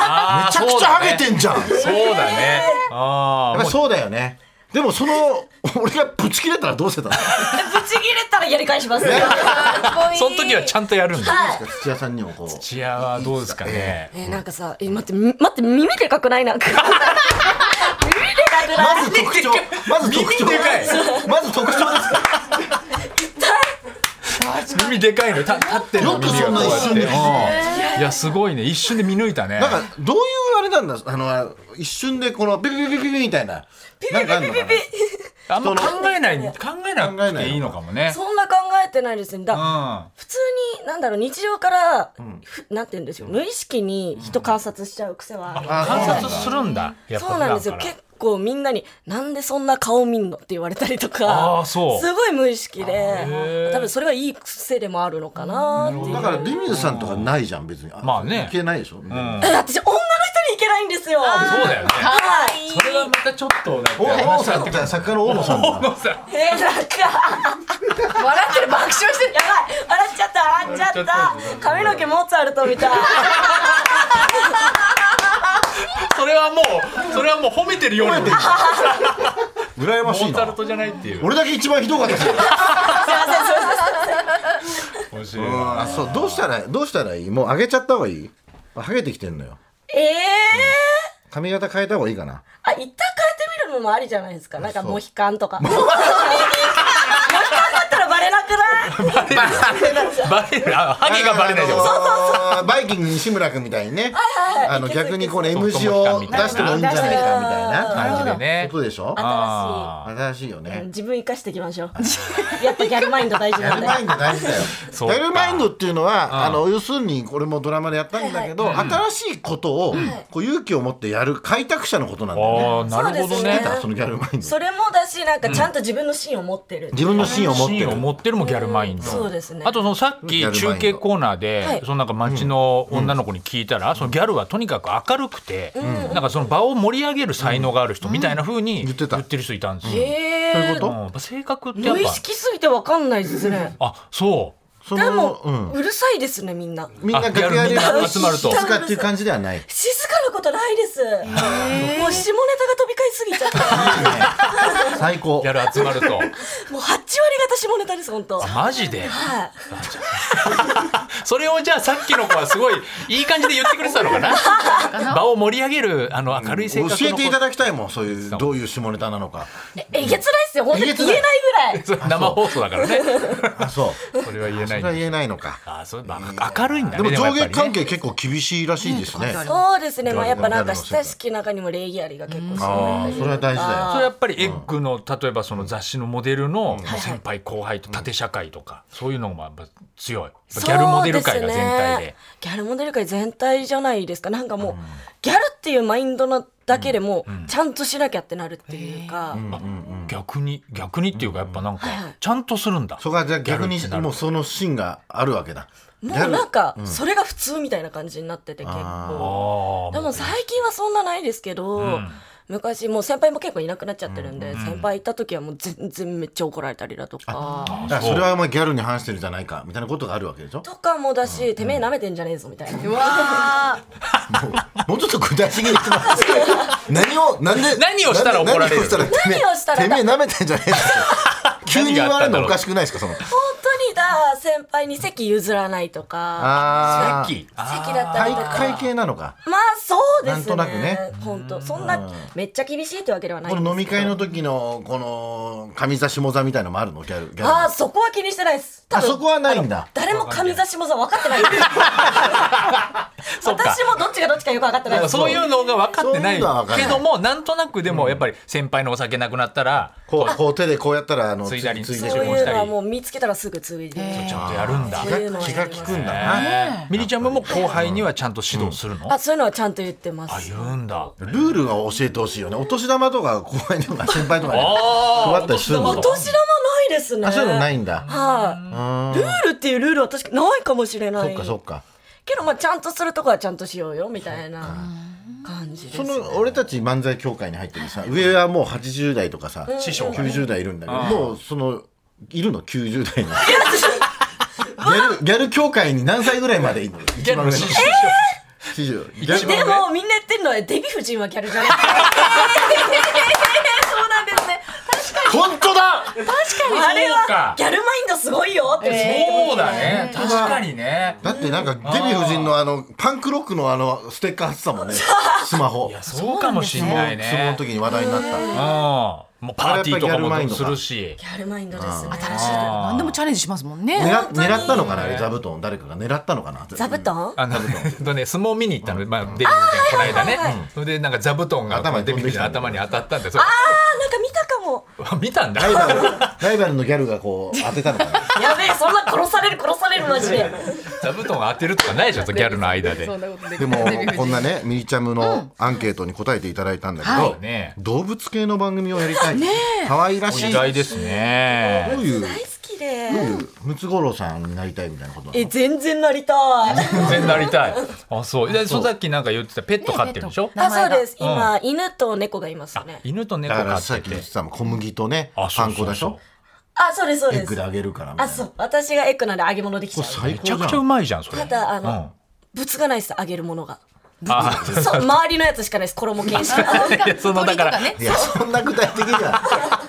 [SPEAKER 1] あー
[SPEAKER 3] ゃくちゃハゲてんじゃんやっ
[SPEAKER 1] そうだねあ
[SPEAKER 3] ぱ
[SPEAKER 1] あ
[SPEAKER 3] りそうだよねでもその俺がぶち切れたらどうしてたの
[SPEAKER 2] ぶち切れたらやり返
[SPEAKER 1] [laughs]
[SPEAKER 2] しますよ。
[SPEAKER 1] その時はちゃんとやるんだ
[SPEAKER 3] 土屋さんにもこう
[SPEAKER 1] チアはどうですかね
[SPEAKER 2] えー、なんかさ、え、待って、み待って、耳でかくないなんか。耳でかくな
[SPEAKER 3] ま
[SPEAKER 2] い
[SPEAKER 3] ず特徴まず特徴
[SPEAKER 1] 耳でかい
[SPEAKER 3] まず特徴ですか
[SPEAKER 1] 耳でかいのた立ってるの
[SPEAKER 3] よく
[SPEAKER 1] 耳
[SPEAKER 3] そ
[SPEAKER 1] が
[SPEAKER 3] ん
[SPEAKER 1] こ
[SPEAKER 3] な
[SPEAKER 1] う
[SPEAKER 3] 一
[SPEAKER 1] やって
[SPEAKER 3] 瞬で
[SPEAKER 1] うんいやすごいね一瞬で見抜いたね
[SPEAKER 3] なんかどういうあれなんだあの一瞬でこのビビビビビビみたいななんかあるのかな
[SPEAKER 1] あんま考えない考えな
[SPEAKER 3] 考え
[SPEAKER 1] く
[SPEAKER 3] ない
[SPEAKER 1] ていいのかもね
[SPEAKER 2] [laughs] そんな考えてないですね。だ、
[SPEAKER 1] うん
[SPEAKER 2] 普通に、なんだろう、日常から、ふなんて言うんでしょう、無意識に人観察しちゃう癖はある。
[SPEAKER 3] あ
[SPEAKER 1] 観察するんだやっぱ
[SPEAKER 2] そうなんですよ。
[SPEAKER 1] 普段から
[SPEAKER 2] 結構みんなに、なんでそんな顔見んのって言われたりと
[SPEAKER 1] あ
[SPEAKER 2] か、
[SPEAKER 1] ーそう
[SPEAKER 2] すごい無意識
[SPEAKER 1] へ
[SPEAKER 2] で
[SPEAKER 1] ー、
[SPEAKER 2] 多分それはいい癖でもあるのかなっていう。
[SPEAKER 3] だからデミズさんとかないじゃん別に
[SPEAKER 1] まあね
[SPEAKER 3] いけないでしょ
[SPEAKER 1] うん
[SPEAKER 2] え私、女の人にいけないんですよ。
[SPEAKER 1] そうだよね
[SPEAKER 2] はい。
[SPEAKER 1] それはまたちょっとなんか
[SPEAKER 3] お
[SPEAKER 1] 話
[SPEAKER 3] さんって作家の大野さんだ
[SPEAKER 1] のさ
[SPEAKER 2] えー、なんか。
[SPEAKER 4] 笑ってる爆笑してる
[SPEAKER 2] やばい笑っちゃった笑っちゃった髪の毛モーツァルトみたい [laughs]
[SPEAKER 1] それはもうそれはもう褒めてるように
[SPEAKER 3] 羨ま
[SPEAKER 1] モ
[SPEAKER 3] しい
[SPEAKER 1] ーツァル
[SPEAKER 3] な
[SPEAKER 1] トじゃないっていう
[SPEAKER 3] 俺だけ一番ひどかったですよ
[SPEAKER 1] 面白いわ
[SPEAKER 3] あそうどうしたらどうしたらいいもう上げちゃった方がいいあハゲてきてんのよ
[SPEAKER 2] ええ
[SPEAKER 3] 髪型変えた方がいいかな
[SPEAKER 2] ー、あ一旦変えてみるのもありじゃないですかなんか
[SPEAKER 3] そう
[SPEAKER 2] モヒカンとかモヒカンだったらバレなくない
[SPEAKER 1] バレるあハゲがバレないで
[SPEAKER 3] あ
[SPEAKER 1] も
[SPEAKER 3] のあのバイキング西村君みたいにねあの逆にこの
[SPEAKER 1] いけそう
[SPEAKER 3] M 字を出してもいいんじゃないかみたいな
[SPEAKER 1] 感じでね
[SPEAKER 3] ことでしょ
[SPEAKER 2] 新
[SPEAKER 1] あ
[SPEAKER 3] 新しいよね
[SPEAKER 2] しい自分生かしていきましょうやっぱギャルマインド大事
[SPEAKER 3] ギャ
[SPEAKER 2] なん
[SPEAKER 3] ルマイ
[SPEAKER 2] で
[SPEAKER 3] ンド大事だよ。ギ
[SPEAKER 1] そうか
[SPEAKER 3] ャルマインドっていうのは、あの要するにこれもドラマでやったんだけど、新しいことをこう勇気を持ってやる開拓者のことなんだよね。
[SPEAKER 1] ーあーなるほど
[SPEAKER 2] そうで
[SPEAKER 1] ね
[SPEAKER 2] すね
[SPEAKER 3] そのギャルマインド。
[SPEAKER 2] それもだしなんかちゃんと自分の芯を持ってる、
[SPEAKER 3] 自分の芯を持って
[SPEAKER 1] 芯
[SPEAKER 3] る
[SPEAKER 1] を。持ってるもギャルマインド、
[SPEAKER 2] そうですね
[SPEAKER 1] あとそのさっき中継コーナーで、
[SPEAKER 2] はい
[SPEAKER 1] そのなんか街の女の子に聞いたら、そのギャルはとにかく明るくて、なんかその場を盛り上げる才能がある人みたいな風に
[SPEAKER 3] 言ってた
[SPEAKER 1] 言ってる人いたんですよ。
[SPEAKER 2] え
[SPEAKER 3] そう
[SPEAKER 2] え
[SPEAKER 3] いう
[SPEAKER 2] ー、
[SPEAKER 3] こ
[SPEAKER 1] うんやっぱ性格ってやっ
[SPEAKER 2] 無意
[SPEAKER 1] ぱ
[SPEAKER 2] 識すぎてわかんないですね
[SPEAKER 1] あそう
[SPEAKER 3] と。そ
[SPEAKER 2] で
[SPEAKER 3] の
[SPEAKER 2] も、
[SPEAKER 3] う。
[SPEAKER 2] うんるさいですねみんな
[SPEAKER 3] みんな楽屋で
[SPEAKER 1] あギャルみんな集まると
[SPEAKER 3] 静かっていう感じではない。
[SPEAKER 2] 静かなことないです。もう下ネタが飛び交いすぎちゃって、
[SPEAKER 3] 最高 [laughs]
[SPEAKER 1] ギ。ャル集まると
[SPEAKER 2] もう8割方下ネネタです本当。
[SPEAKER 1] マジで
[SPEAKER 2] はい。
[SPEAKER 1] それをじゃあさっきの子はすごいいい感じで言ってくれてたのか
[SPEAKER 3] [laughs]
[SPEAKER 1] な場を盛り上げるあの明るい性格の
[SPEAKER 3] 教
[SPEAKER 1] 子
[SPEAKER 3] えていただきたいもんそういうどういう下ネタなの
[SPEAKER 1] [laughs]
[SPEAKER 3] か
[SPEAKER 2] えげつないっすよ本当
[SPEAKER 3] え
[SPEAKER 2] に
[SPEAKER 3] げつ
[SPEAKER 2] 言
[SPEAKER 3] ない
[SPEAKER 2] えないぐらい。
[SPEAKER 1] そう生放送だからね
[SPEAKER 3] あそう
[SPEAKER 1] それは言え
[SPEAKER 3] そ
[SPEAKER 1] ない
[SPEAKER 3] れ
[SPEAKER 1] ん
[SPEAKER 3] は
[SPEAKER 1] だ
[SPEAKER 3] 言えないのか
[SPEAKER 1] あそうまあ明るいんだ
[SPEAKER 3] で
[SPEAKER 1] ね
[SPEAKER 3] も上
[SPEAKER 1] やっぱ
[SPEAKER 3] 下
[SPEAKER 1] り
[SPEAKER 3] 関
[SPEAKER 1] ね
[SPEAKER 3] 係結構厳しいらしいですね
[SPEAKER 4] うん
[SPEAKER 2] そうですね。まあやっぱなん
[SPEAKER 3] ギャルの
[SPEAKER 2] か
[SPEAKER 3] 世界
[SPEAKER 2] 親しき中にも礼儀ありが結構そう
[SPEAKER 3] ああそれは大事だよ
[SPEAKER 1] それやっぱりエッグの例えばその雑誌のモデルの
[SPEAKER 2] はい
[SPEAKER 1] 先輩後輩と縦社会とかそういうのもやっぱ強いギャルモデル界が全
[SPEAKER 2] そう
[SPEAKER 1] 体
[SPEAKER 2] す
[SPEAKER 1] で
[SPEAKER 2] ね。ギャルモデル界全体じゃないですか。なんかもう、ギャルっていうマインドのだけでも、ちゃんとしなきゃってなるっていうか。
[SPEAKER 3] うんうん
[SPEAKER 1] 逆に逆にっていうかやっぱなんか
[SPEAKER 2] はいはい
[SPEAKER 1] ちゃんとするんだ
[SPEAKER 3] そこはじゃあ
[SPEAKER 1] ギャル
[SPEAKER 3] 逆
[SPEAKER 1] って
[SPEAKER 3] に
[SPEAKER 1] なる
[SPEAKER 3] もうその芯があるわけだ
[SPEAKER 2] もう
[SPEAKER 3] ギャル
[SPEAKER 2] なんか、それが普通みたいな感じになってて結構。
[SPEAKER 1] あ
[SPEAKER 2] でも最近はそんなないですけど、
[SPEAKER 1] ん
[SPEAKER 2] 昔もう先輩も結構いなくなっちゃってるんで、先輩いた時はもう全然めっちゃ怒られたりだとか。
[SPEAKER 1] あ
[SPEAKER 3] だからそれはお前ギャルに反してるじゃないかみたいなことがあるわけでしょ
[SPEAKER 2] とかもだし、てめえ舐めてんじゃねえぞみたいな。
[SPEAKER 4] うわー
[SPEAKER 3] もうちょっと具体的に言ってます。
[SPEAKER 1] [laughs]
[SPEAKER 3] 何を、なんで、
[SPEAKER 1] 何をしたら怒られる
[SPEAKER 3] 何をしたら、てめえ
[SPEAKER 2] 何をしたら
[SPEAKER 3] てめえ舐めてんじゃね
[SPEAKER 1] [laughs]
[SPEAKER 3] えって。急に言われるのおかしくないですか、その。
[SPEAKER 2] 本当にだ先輩に席譲らないとか
[SPEAKER 3] あ
[SPEAKER 1] 席
[SPEAKER 2] 席だっ
[SPEAKER 3] あ。
[SPEAKER 2] た
[SPEAKER 3] 体
[SPEAKER 2] りとか
[SPEAKER 3] 育会系なのか。
[SPEAKER 2] まあそうですね
[SPEAKER 3] なんとなくね
[SPEAKER 2] 本当そんなめっちゃ厳しいってわけではない
[SPEAKER 3] こ
[SPEAKER 2] んですけ
[SPEAKER 3] の
[SPEAKER 2] ど
[SPEAKER 3] 飲み会の時の、この、上座下座みたいのもあるの、ギャル。ギャルの
[SPEAKER 2] ああそこは気にしてないです多
[SPEAKER 3] あ
[SPEAKER 2] 分
[SPEAKER 3] そこはないんだ。
[SPEAKER 2] 誰も上座下座分かってない
[SPEAKER 3] [laughs]
[SPEAKER 1] そっか
[SPEAKER 2] 私もどっちがどっちかよく分かってないです
[SPEAKER 1] そういうのが分かってない
[SPEAKER 3] そういうのは分かん
[SPEAKER 1] け
[SPEAKER 3] ない
[SPEAKER 1] どもなんとなくでもやっぱり先輩のお酒なくなったら
[SPEAKER 3] こう、こう手でこうやったら、あの、
[SPEAKER 1] ついだり
[SPEAKER 3] つい
[SPEAKER 1] そ
[SPEAKER 3] で
[SPEAKER 1] う
[SPEAKER 3] し
[SPEAKER 2] そ
[SPEAKER 3] ょ
[SPEAKER 2] ういうのはもう見つけたらすぐついで
[SPEAKER 1] ちゃんとやるんだ
[SPEAKER 3] 気
[SPEAKER 2] そういうの
[SPEAKER 3] が、
[SPEAKER 2] は
[SPEAKER 3] 気が利くんだな。
[SPEAKER 1] ねミリちゃんももう後輩にはちゃんと指導するの
[SPEAKER 2] あ
[SPEAKER 1] あ
[SPEAKER 2] そういうのはちゃんと言ってます
[SPEAKER 1] 言うんだ
[SPEAKER 3] ルールは教えてほしいよね。お年玉とか、後輩とか、先輩とかに
[SPEAKER 1] あー
[SPEAKER 3] 配ったりするの。
[SPEAKER 1] お
[SPEAKER 2] お年玉ないですね
[SPEAKER 3] あ、そういうのないいんだ。
[SPEAKER 2] はい、ルールっていうルールは確かないかもしれな
[SPEAKER 3] そっ
[SPEAKER 2] い
[SPEAKER 3] かそっか。
[SPEAKER 2] けどまあちゃんとするとこはちゃんとしようよみたいな感じです
[SPEAKER 3] そ
[SPEAKER 2] ね
[SPEAKER 3] の俺たち漫才協会に入ってるさ上はもう80代とかさ
[SPEAKER 1] 師匠がね
[SPEAKER 3] 90代いるんだけど
[SPEAKER 1] うん
[SPEAKER 3] もうそのいるの90代のギャルギャル協会に何歳ぐらいまでいるの
[SPEAKER 1] [laughs] ギャルの師匠
[SPEAKER 3] 一番上の70ギ
[SPEAKER 1] 一
[SPEAKER 3] ャル
[SPEAKER 1] 番ね
[SPEAKER 2] でもみんな言ってるのはデヴィ夫人はギャルじゃない。え [laughs] ーそうなんですね。
[SPEAKER 3] 本当だ
[SPEAKER 2] 確かにあれ
[SPEAKER 1] そうか
[SPEAKER 2] はギャルマインドすごいよって言
[SPEAKER 1] そうだね確かにね
[SPEAKER 3] だってなんかデヴィ夫人のあのパンクロックのあのステッカー貼ってたもんねスマホ
[SPEAKER 1] いやそうかもしんない
[SPEAKER 3] 相撲
[SPEAKER 1] ね
[SPEAKER 3] の時に話題になった
[SPEAKER 1] うんもうパーティーとか
[SPEAKER 3] あれやっぱギャルマイン
[SPEAKER 1] も
[SPEAKER 3] ドか
[SPEAKER 1] するし
[SPEAKER 2] ギャルマインドですね。
[SPEAKER 4] 新しい何でもチャレンジしますもんね
[SPEAKER 3] 狙っ狙ったのかなあれ座布団誰かが狙ったのかな
[SPEAKER 2] 座布団？
[SPEAKER 1] あのとね相撲見に行ったの、まあ、デビューみたいなこの間ね、うんそれでなんか座布団が
[SPEAKER 3] 頭に
[SPEAKER 1] デ
[SPEAKER 3] 飛
[SPEAKER 1] ビ
[SPEAKER 3] ん
[SPEAKER 1] ュー
[SPEAKER 3] で
[SPEAKER 1] み
[SPEAKER 3] き
[SPEAKER 1] たいな
[SPEAKER 3] たんだ
[SPEAKER 1] 頭に当たったんでそ
[SPEAKER 2] あなんか見たかも。
[SPEAKER 1] れ見たんだ
[SPEAKER 3] ライバルライバルのギャルがこう当てたのかな
[SPEAKER 2] やべえそんな殺される殺されるマジで。
[SPEAKER 1] 座布団を当てるとかないでしょギャルの間で
[SPEAKER 4] そん [laughs] なことでき
[SPEAKER 3] で
[SPEAKER 4] る
[SPEAKER 3] も
[SPEAKER 4] デヴィ夫人
[SPEAKER 3] こんなねミリチャムのアンケートに答えていただいたんだけど、
[SPEAKER 4] はい
[SPEAKER 1] ね
[SPEAKER 3] 動物系の番組をやりたい、可愛らしい
[SPEAKER 1] 意
[SPEAKER 3] ど
[SPEAKER 1] 外ですね
[SPEAKER 3] ういう
[SPEAKER 2] 大好きで。
[SPEAKER 3] どういうムツゴロウさんになりたいみたいなことなの
[SPEAKER 2] え全然なりたい。
[SPEAKER 1] 全然なりたいあそうでそさっきなんか言ってたペット飼ってるでしょ、
[SPEAKER 4] ね
[SPEAKER 2] あそうです。
[SPEAKER 1] 名前
[SPEAKER 2] 今犬と猫がいますよね。
[SPEAKER 1] 犬と猫
[SPEAKER 3] だか
[SPEAKER 1] 飼
[SPEAKER 3] らさっ
[SPEAKER 1] っ
[SPEAKER 3] き
[SPEAKER 1] て
[SPEAKER 3] 言
[SPEAKER 1] て
[SPEAKER 3] ってたもん小麦とね
[SPEAKER 1] あそ
[SPEAKER 3] パ
[SPEAKER 1] う
[SPEAKER 3] ン
[SPEAKER 1] そ
[SPEAKER 3] 粉
[SPEAKER 1] う
[SPEAKER 3] でし
[SPEAKER 1] そう
[SPEAKER 3] ょ
[SPEAKER 2] あそうですそう
[SPEAKER 3] エッ
[SPEAKER 2] で
[SPEAKER 3] グ
[SPEAKER 2] す
[SPEAKER 3] で。あげるからみたい
[SPEAKER 2] あ
[SPEAKER 3] な
[SPEAKER 2] そう私がエッグなんで揚げ物できちゃう。
[SPEAKER 3] 最
[SPEAKER 1] めちゃ
[SPEAKER 3] 高
[SPEAKER 1] くち
[SPEAKER 3] じ
[SPEAKER 1] ゃ
[SPEAKER 3] ゃ
[SPEAKER 1] うんまいじゃんそれ
[SPEAKER 2] ただあ
[SPEAKER 1] う
[SPEAKER 2] の
[SPEAKER 1] ん
[SPEAKER 2] ぶつがないです揚げるものが。
[SPEAKER 1] あ [laughs]
[SPEAKER 2] そう周りのやつしかないです衣禁止。
[SPEAKER 3] [laughs]
[SPEAKER 1] いやそのだから
[SPEAKER 4] 鳥と
[SPEAKER 3] いやそんな具体的じゃ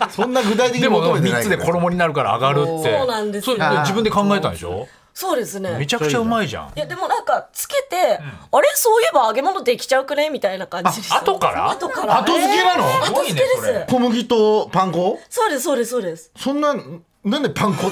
[SPEAKER 3] んそんな具体的に
[SPEAKER 1] でも
[SPEAKER 3] 求めて
[SPEAKER 1] 3
[SPEAKER 3] ない
[SPEAKER 1] つ
[SPEAKER 3] け
[SPEAKER 1] で
[SPEAKER 3] ど
[SPEAKER 1] 衣になるから上がるって
[SPEAKER 2] そうなんですよ
[SPEAKER 1] それ自分で考えたんでしょ
[SPEAKER 2] [laughs] そうですね。
[SPEAKER 1] めちゃくちゃうまいじゃん
[SPEAKER 2] いやでもなんかつけて、あれそういえば揚げ物できちゃうくねみたいな感じです。
[SPEAKER 1] 後から
[SPEAKER 2] 後から
[SPEAKER 3] 後付けなの
[SPEAKER 1] す
[SPEAKER 2] 後
[SPEAKER 1] ごい
[SPEAKER 2] 付
[SPEAKER 1] ね
[SPEAKER 2] けで
[SPEAKER 1] そ
[SPEAKER 2] す。
[SPEAKER 1] れ
[SPEAKER 3] 小麦とパン粉
[SPEAKER 2] そうですそうですそうです。
[SPEAKER 3] そんななんでパン粉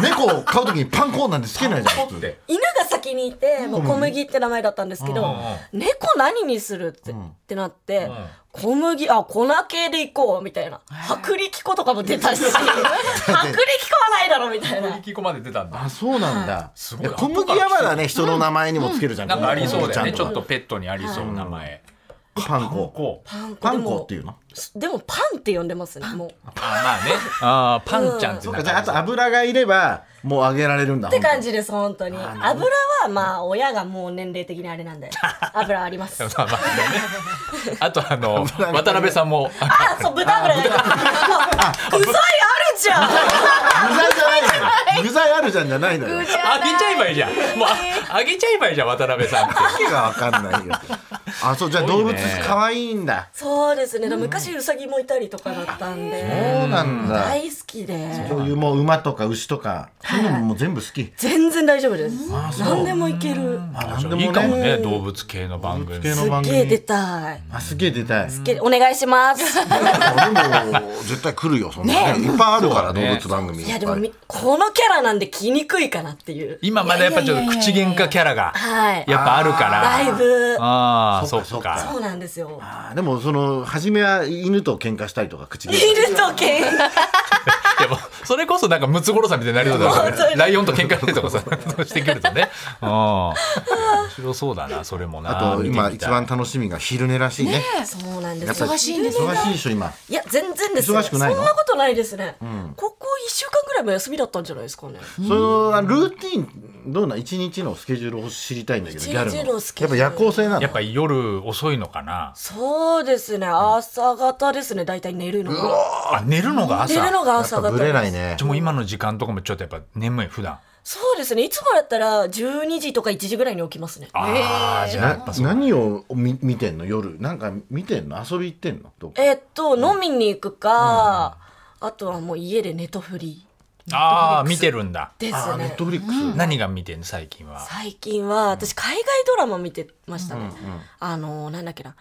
[SPEAKER 3] 猫を飼う時にパン粉なんてつけないじゃん普通
[SPEAKER 1] って
[SPEAKER 2] 犬が先にいて、もう小麦って名前だったんですけど、
[SPEAKER 1] うんうん
[SPEAKER 2] 猫何にするって,、ってなって、小麦、あ、粉系でいこう、みたいな。薄力粉とかも出
[SPEAKER 1] [laughs]
[SPEAKER 2] たし、薄力粉はないだろ、みたいな。
[SPEAKER 1] 聞き込まで出たんだ
[SPEAKER 3] あそうなんだ
[SPEAKER 1] すごい
[SPEAKER 3] いや小麦はまだね人の名前にもつけるじゃん
[SPEAKER 1] なんかありそうだよね。
[SPEAKER 3] 小麦
[SPEAKER 1] ちょっ
[SPEAKER 3] ゃん
[SPEAKER 1] とペットにありそう名前。
[SPEAKER 3] パン粉
[SPEAKER 1] こう。
[SPEAKER 3] パン粉っていうの
[SPEAKER 2] でもパンって呼んでますね、もう。っ
[SPEAKER 1] あまあね。ああパンちゃんって
[SPEAKER 3] そう
[SPEAKER 1] な
[SPEAKER 3] か
[SPEAKER 1] ん
[SPEAKER 3] じゃああ
[SPEAKER 1] か。
[SPEAKER 3] と油がいればもう揚げられるんだ
[SPEAKER 2] て感
[SPEAKER 3] じ
[SPEAKER 2] じです、本当に。油は、まあ、親がもう年齢的にあれなんで、油はあります。
[SPEAKER 1] まあまあね。あとあ
[SPEAKER 3] [laughs]
[SPEAKER 1] の渡辺さんも
[SPEAKER 2] あ、そう、豚油が。そう具材あるじゃん
[SPEAKER 3] 具材じゃないのよ具材あるじゃんじゃないのよ
[SPEAKER 1] あげちゃえばいいじゃん。もうああげちゃえばいいじゃん渡辺さんって。
[SPEAKER 3] 訳がわかんないよあそうじゃあ
[SPEAKER 1] すごい
[SPEAKER 3] 動
[SPEAKER 1] ね
[SPEAKER 3] 物可愛いんだ
[SPEAKER 2] そうですね。でも昔ウサギもいたりとかだったんで、
[SPEAKER 3] そうなんだ
[SPEAKER 2] 大好きで、
[SPEAKER 3] こういうもう馬とか牛とかそういうのももう全部好き
[SPEAKER 2] 全然大丈夫です。
[SPEAKER 1] あそう
[SPEAKER 2] 何でもいける。
[SPEAKER 3] あ
[SPEAKER 1] あ
[SPEAKER 3] なんで
[SPEAKER 1] いい
[SPEAKER 3] も
[SPEAKER 1] かもね
[SPEAKER 3] ね
[SPEAKER 1] 動物系の番組
[SPEAKER 3] 系
[SPEAKER 2] す
[SPEAKER 3] の
[SPEAKER 2] っ
[SPEAKER 3] 番
[SPEAKER 2] げえ出
[SPEAKER 3] 組
[SPEAKER 2] たい。
[SPEAKER 3] あすげえ出たい
[SPEAKER 2] けお願いします。
[SPEAKER 3] 俺も絶対来るよそんなねいっぱいあるから動
[SPEAKER 1] ね
[SPEAKER 3] 物番組
[SPEAKER 2] いやでも
[SPEAKER 3] いっ
[SPEAKER 2] みこのキャラなんで来にくいかなっていう。
[SPEAKER 1] 今までやっぱちょっと口喧嘩キャラが
[SPEAKER 2] はい。
[SPEAKER 1] やっぱあるか
[SPEAKER 2] だい
[SPEAKER 1] ら
[SPEAKER 2] ぶ
[SPEAKER 1] ああ
[SPEAKER 3] そ
[SPEAKER 1] そ
[SPEAKER 3] っ
[SPEAKER 1] う
[SPEAKER 3] かそっか
[SPEAKER 1] か
[SPEAKER 2] そうなんですよ。
[SPEAKER 3] ぱいあでもその初めは犬と喧嘩したりとか口
[SPEAKER 2] い
[SPEAKER 3] に
[SPEAKER 2] るとけん。
[SPEAKER 1] でもそれこそなんかムツゴロウさんみたいになりそうだ
[SPEAKER 2] [laughs] 本当
[SPEAKER 1] よね
[SPEAKER 2] に
[SPEAKER 1] ライオンと喧嘩したりとかさそうしてくるとねうん面白そうだなそれもな
[SPEAKER 3] あと
[SPEAKER 1] 見てみた
[SPEAKER 3] 今
[SPEAKER 1] い
[SPEAKER 3] 一番楽しみが昼寝らしいね
[SPEAKER 2] そうなんで
[SPEAKER 3] やっ
[SPEAKER 2] す
[SPEAKER 3] ぱ
[SPEAKER 2] よ
[SPEAKER 3] り。
[SPEAKER 4] 忙しいんですね
[SPEAKER 3] 忙しいでしょ今
[SPEAKER 2] いや全然ですよ。
[SPEAKER 3] 忙しくないの
[SPEAKER 2] そんなことないですね。ここ一週間ぐらいも休みだったんじゃないですかね。
[SPEAKER 3] そのルーティンどうな一日のスケジュールを知りたいんだけど
[SPEAKER 2] 一
[SPEAKER 3] ギ
[SPEAKER 2] 日
[SPEAKER 3] ャルの
[SPEAKER 2] のスケジュール
[SPEAKER 3] やっぱ夜行性なの
[SPEAKER 1] やっぱり夜遅いのかな
[SPEAKER 2] そうですね。朝方ですね。だいたい寝るのが。
[SPEAKER 1] あ寝るのが
[SPEAKER 2] 寝る
[SPEAKER 1] 朝
[SPEAKER 2] のが
[SPEAKER 3] やっ
[SPEAKER 2] 朝
[SPEAKER 3] ぱ
[SPEAKER 2] 方。
[SPEAKER 3] ぶれない。ね
[SPEAKER 1] ちょもう今の時間とかもちょっとやっぱ眠い普段
[SPEAKER 2] そうですね。いつもだったら12時とか1時ぐらいに起きますね。
[SPEAKER 1] ああじゃあやっ
[SPEAKER 3] な
[SPEAKER 1] ぱそう
[SPEAKER 3] 何を見見てんの夜なんか見てんの遊び行ってんのどっか
[SPEAKER 2] えっと、飲みに行くか、あとはもう家でネトフリ
[SPEAKER 1] ああ見てるんだ
[SPEAKER 2] です
[SPEAKER 3] あネッ
[SPEAKER 2] ね
[SPEAKER 3] ト。フリックス
[SPEAKER 1] 何が見てんの最近は
[SPEAKER 2] 最近は、私海外ドラマ見てましたね。あのー、なんだっけな、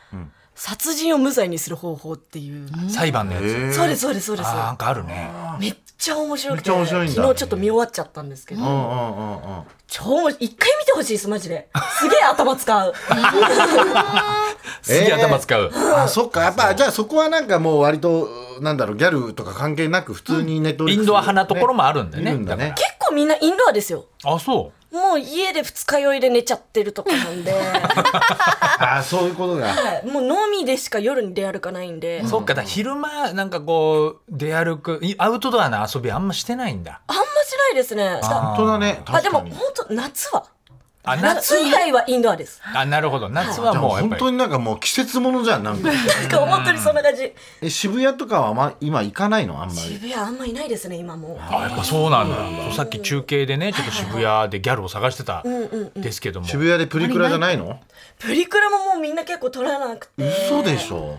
[SPEAKER 2] 殺人を無罪にする方法っていう。
[SPEAKER 1] 裁判のやつ
[SPEAKER 2] そうです、そうです、そうです
[SPEAKER 1] あー。なんかあるね
[SPEAKER 2] めっちゃ面白くて。
[SPEAKER 3] めっちゃ面白いんだ
[SPEAKER 2] 昨日ちょっと見終わっちゃったんですけど。
[SPEAKER 3] うんうんうんうん
[SPEAKER 2] 超面白い一回見てほしいです、マジで。すげえ頭使
[SPEAKER 3] [laughs]
[SPEAKER 2] う。
[SPEAKER 1] すげえ頭使う
[SPEAKER 3] あそっかやっぱじゃあそこはなんかもう割となんだろうギャルとか関係なく普通にネットフリッ
[SPEAKER 1] イ
[SPEAKER 3] ク
[SPEAKER 1] ン
[SPEAKER 3] ス
[SPEAKER 1] ドア派なところもあるんだよ
[SPEAKER 3] い
[SPEAKER 1] ね
[SPEAKER 3] るんだ
[SPEAKER 1] だ
[SPEAKER 3] ね
[SPEAKER 1] か
[SPEAKER 2] 結構みんなインドアですよ。
[SPEAKER 1] らあそう
[SPEAKER 2] もう家で二日酔いで寝ちゃってるとかな
[SPEAKER 3] [laughs]
[SPEAKER 2] んで、
[SPEAKER 3] ああそういうことが
[SPEAKER 2] はいもう飲みでしか夜に出歩かないんで、
[SPEAKER 1] そっかだから昼間なんかこう出歩くいアウトドアの遊びあんましてないんだ
[SPEAKER 2] あんましないですね。
[SPEAKER 1] あ
[SPEAKER 2] あ
[SPEAKER 3] 本当だね
[SPEAKER 2] あで
[SPEAKER 3] 確
[SPEAKER 2] も
[SPEAKER 3] か
[SPEAKER 2] 本
[SPEAKER 3] に
[SPEAKER 2] 当夏は。
[SPEAKER 1] あ夏
[SPEAKER 2] 夏以外はインドアです。
[SPEAKER 1] あなるほど夏は
[SPEAKER 3] でも
[SPEAKER 1] もうやっ
[SPEAKER 3] 本
[SPEAKER 1] ぱ
[SPEAKER 3] 当
[SPEAKER 1] り
[SPEAKER 3] になんかもう季節ものじゃんなんか
[SPEAKER 2] なんか本当にそんな感じ。
[SPEAKER 3] え渋谷とかはま今行かないのあんまり
[SPEAKER 2] 渋谷あんまいないですね、今もう。
[SPEAKER 1] あやっぱそうなんだそうさっき中継でねちょっと渋谷でギャルを探してたですけども
[SPEAKER 3] 渋谷でプリクラじゃないの
[SPEAKER 2] プリクラももうみんな結構撮らなくて。
[SPEAKER 3] 嘘でしょ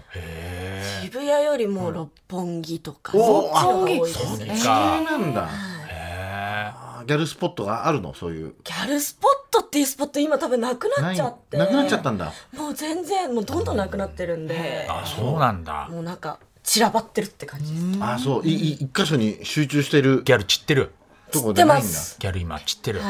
[SPEAKER 2] 渋谷よりも六本木とか。
[SPEAKER 3] おー
[SPEAKER 2] そっちの方が多いですね。
[SPEAKER 1] か
[SPEAKER 3] そうなんだ
[SPEAKER 1] へー
[SPEAKER 3] あギャルスポットがあるのそういう
[SPEAKER 2] ギャルスポットっていうスポット今多分なくなっ
[SPEAKER 3] い
[SPEAKER 2] ちゃ
[SPEAKER 3] な
[SPEAKER 2] って。
[SPEAKER 3] くなっちゃったんだ
[SPEAKER 2] もう全然、もうどんどんなくなってるんで。
[SPEAKER 1] あそうなんだ
[SPEAKER 2] もうなんか散らばってるって感じです。
[SPEAKER 3] あそういい一箇所に集中してる
[SPEAKER 1] ギャル散ってる
[SPEAKER 3] とこ
[SPEAKER 2] 知っ
[SPEAKER 3] じ
[SPEAKER 2] て
[SPEAKER 3] ゃな
[SPEAKER 2] ま
[SPEAKER 3] いんだ
[SPEAKER 2] す。
[SPEAKER 1] ギャル今散ってる
[SPEAKER 2] は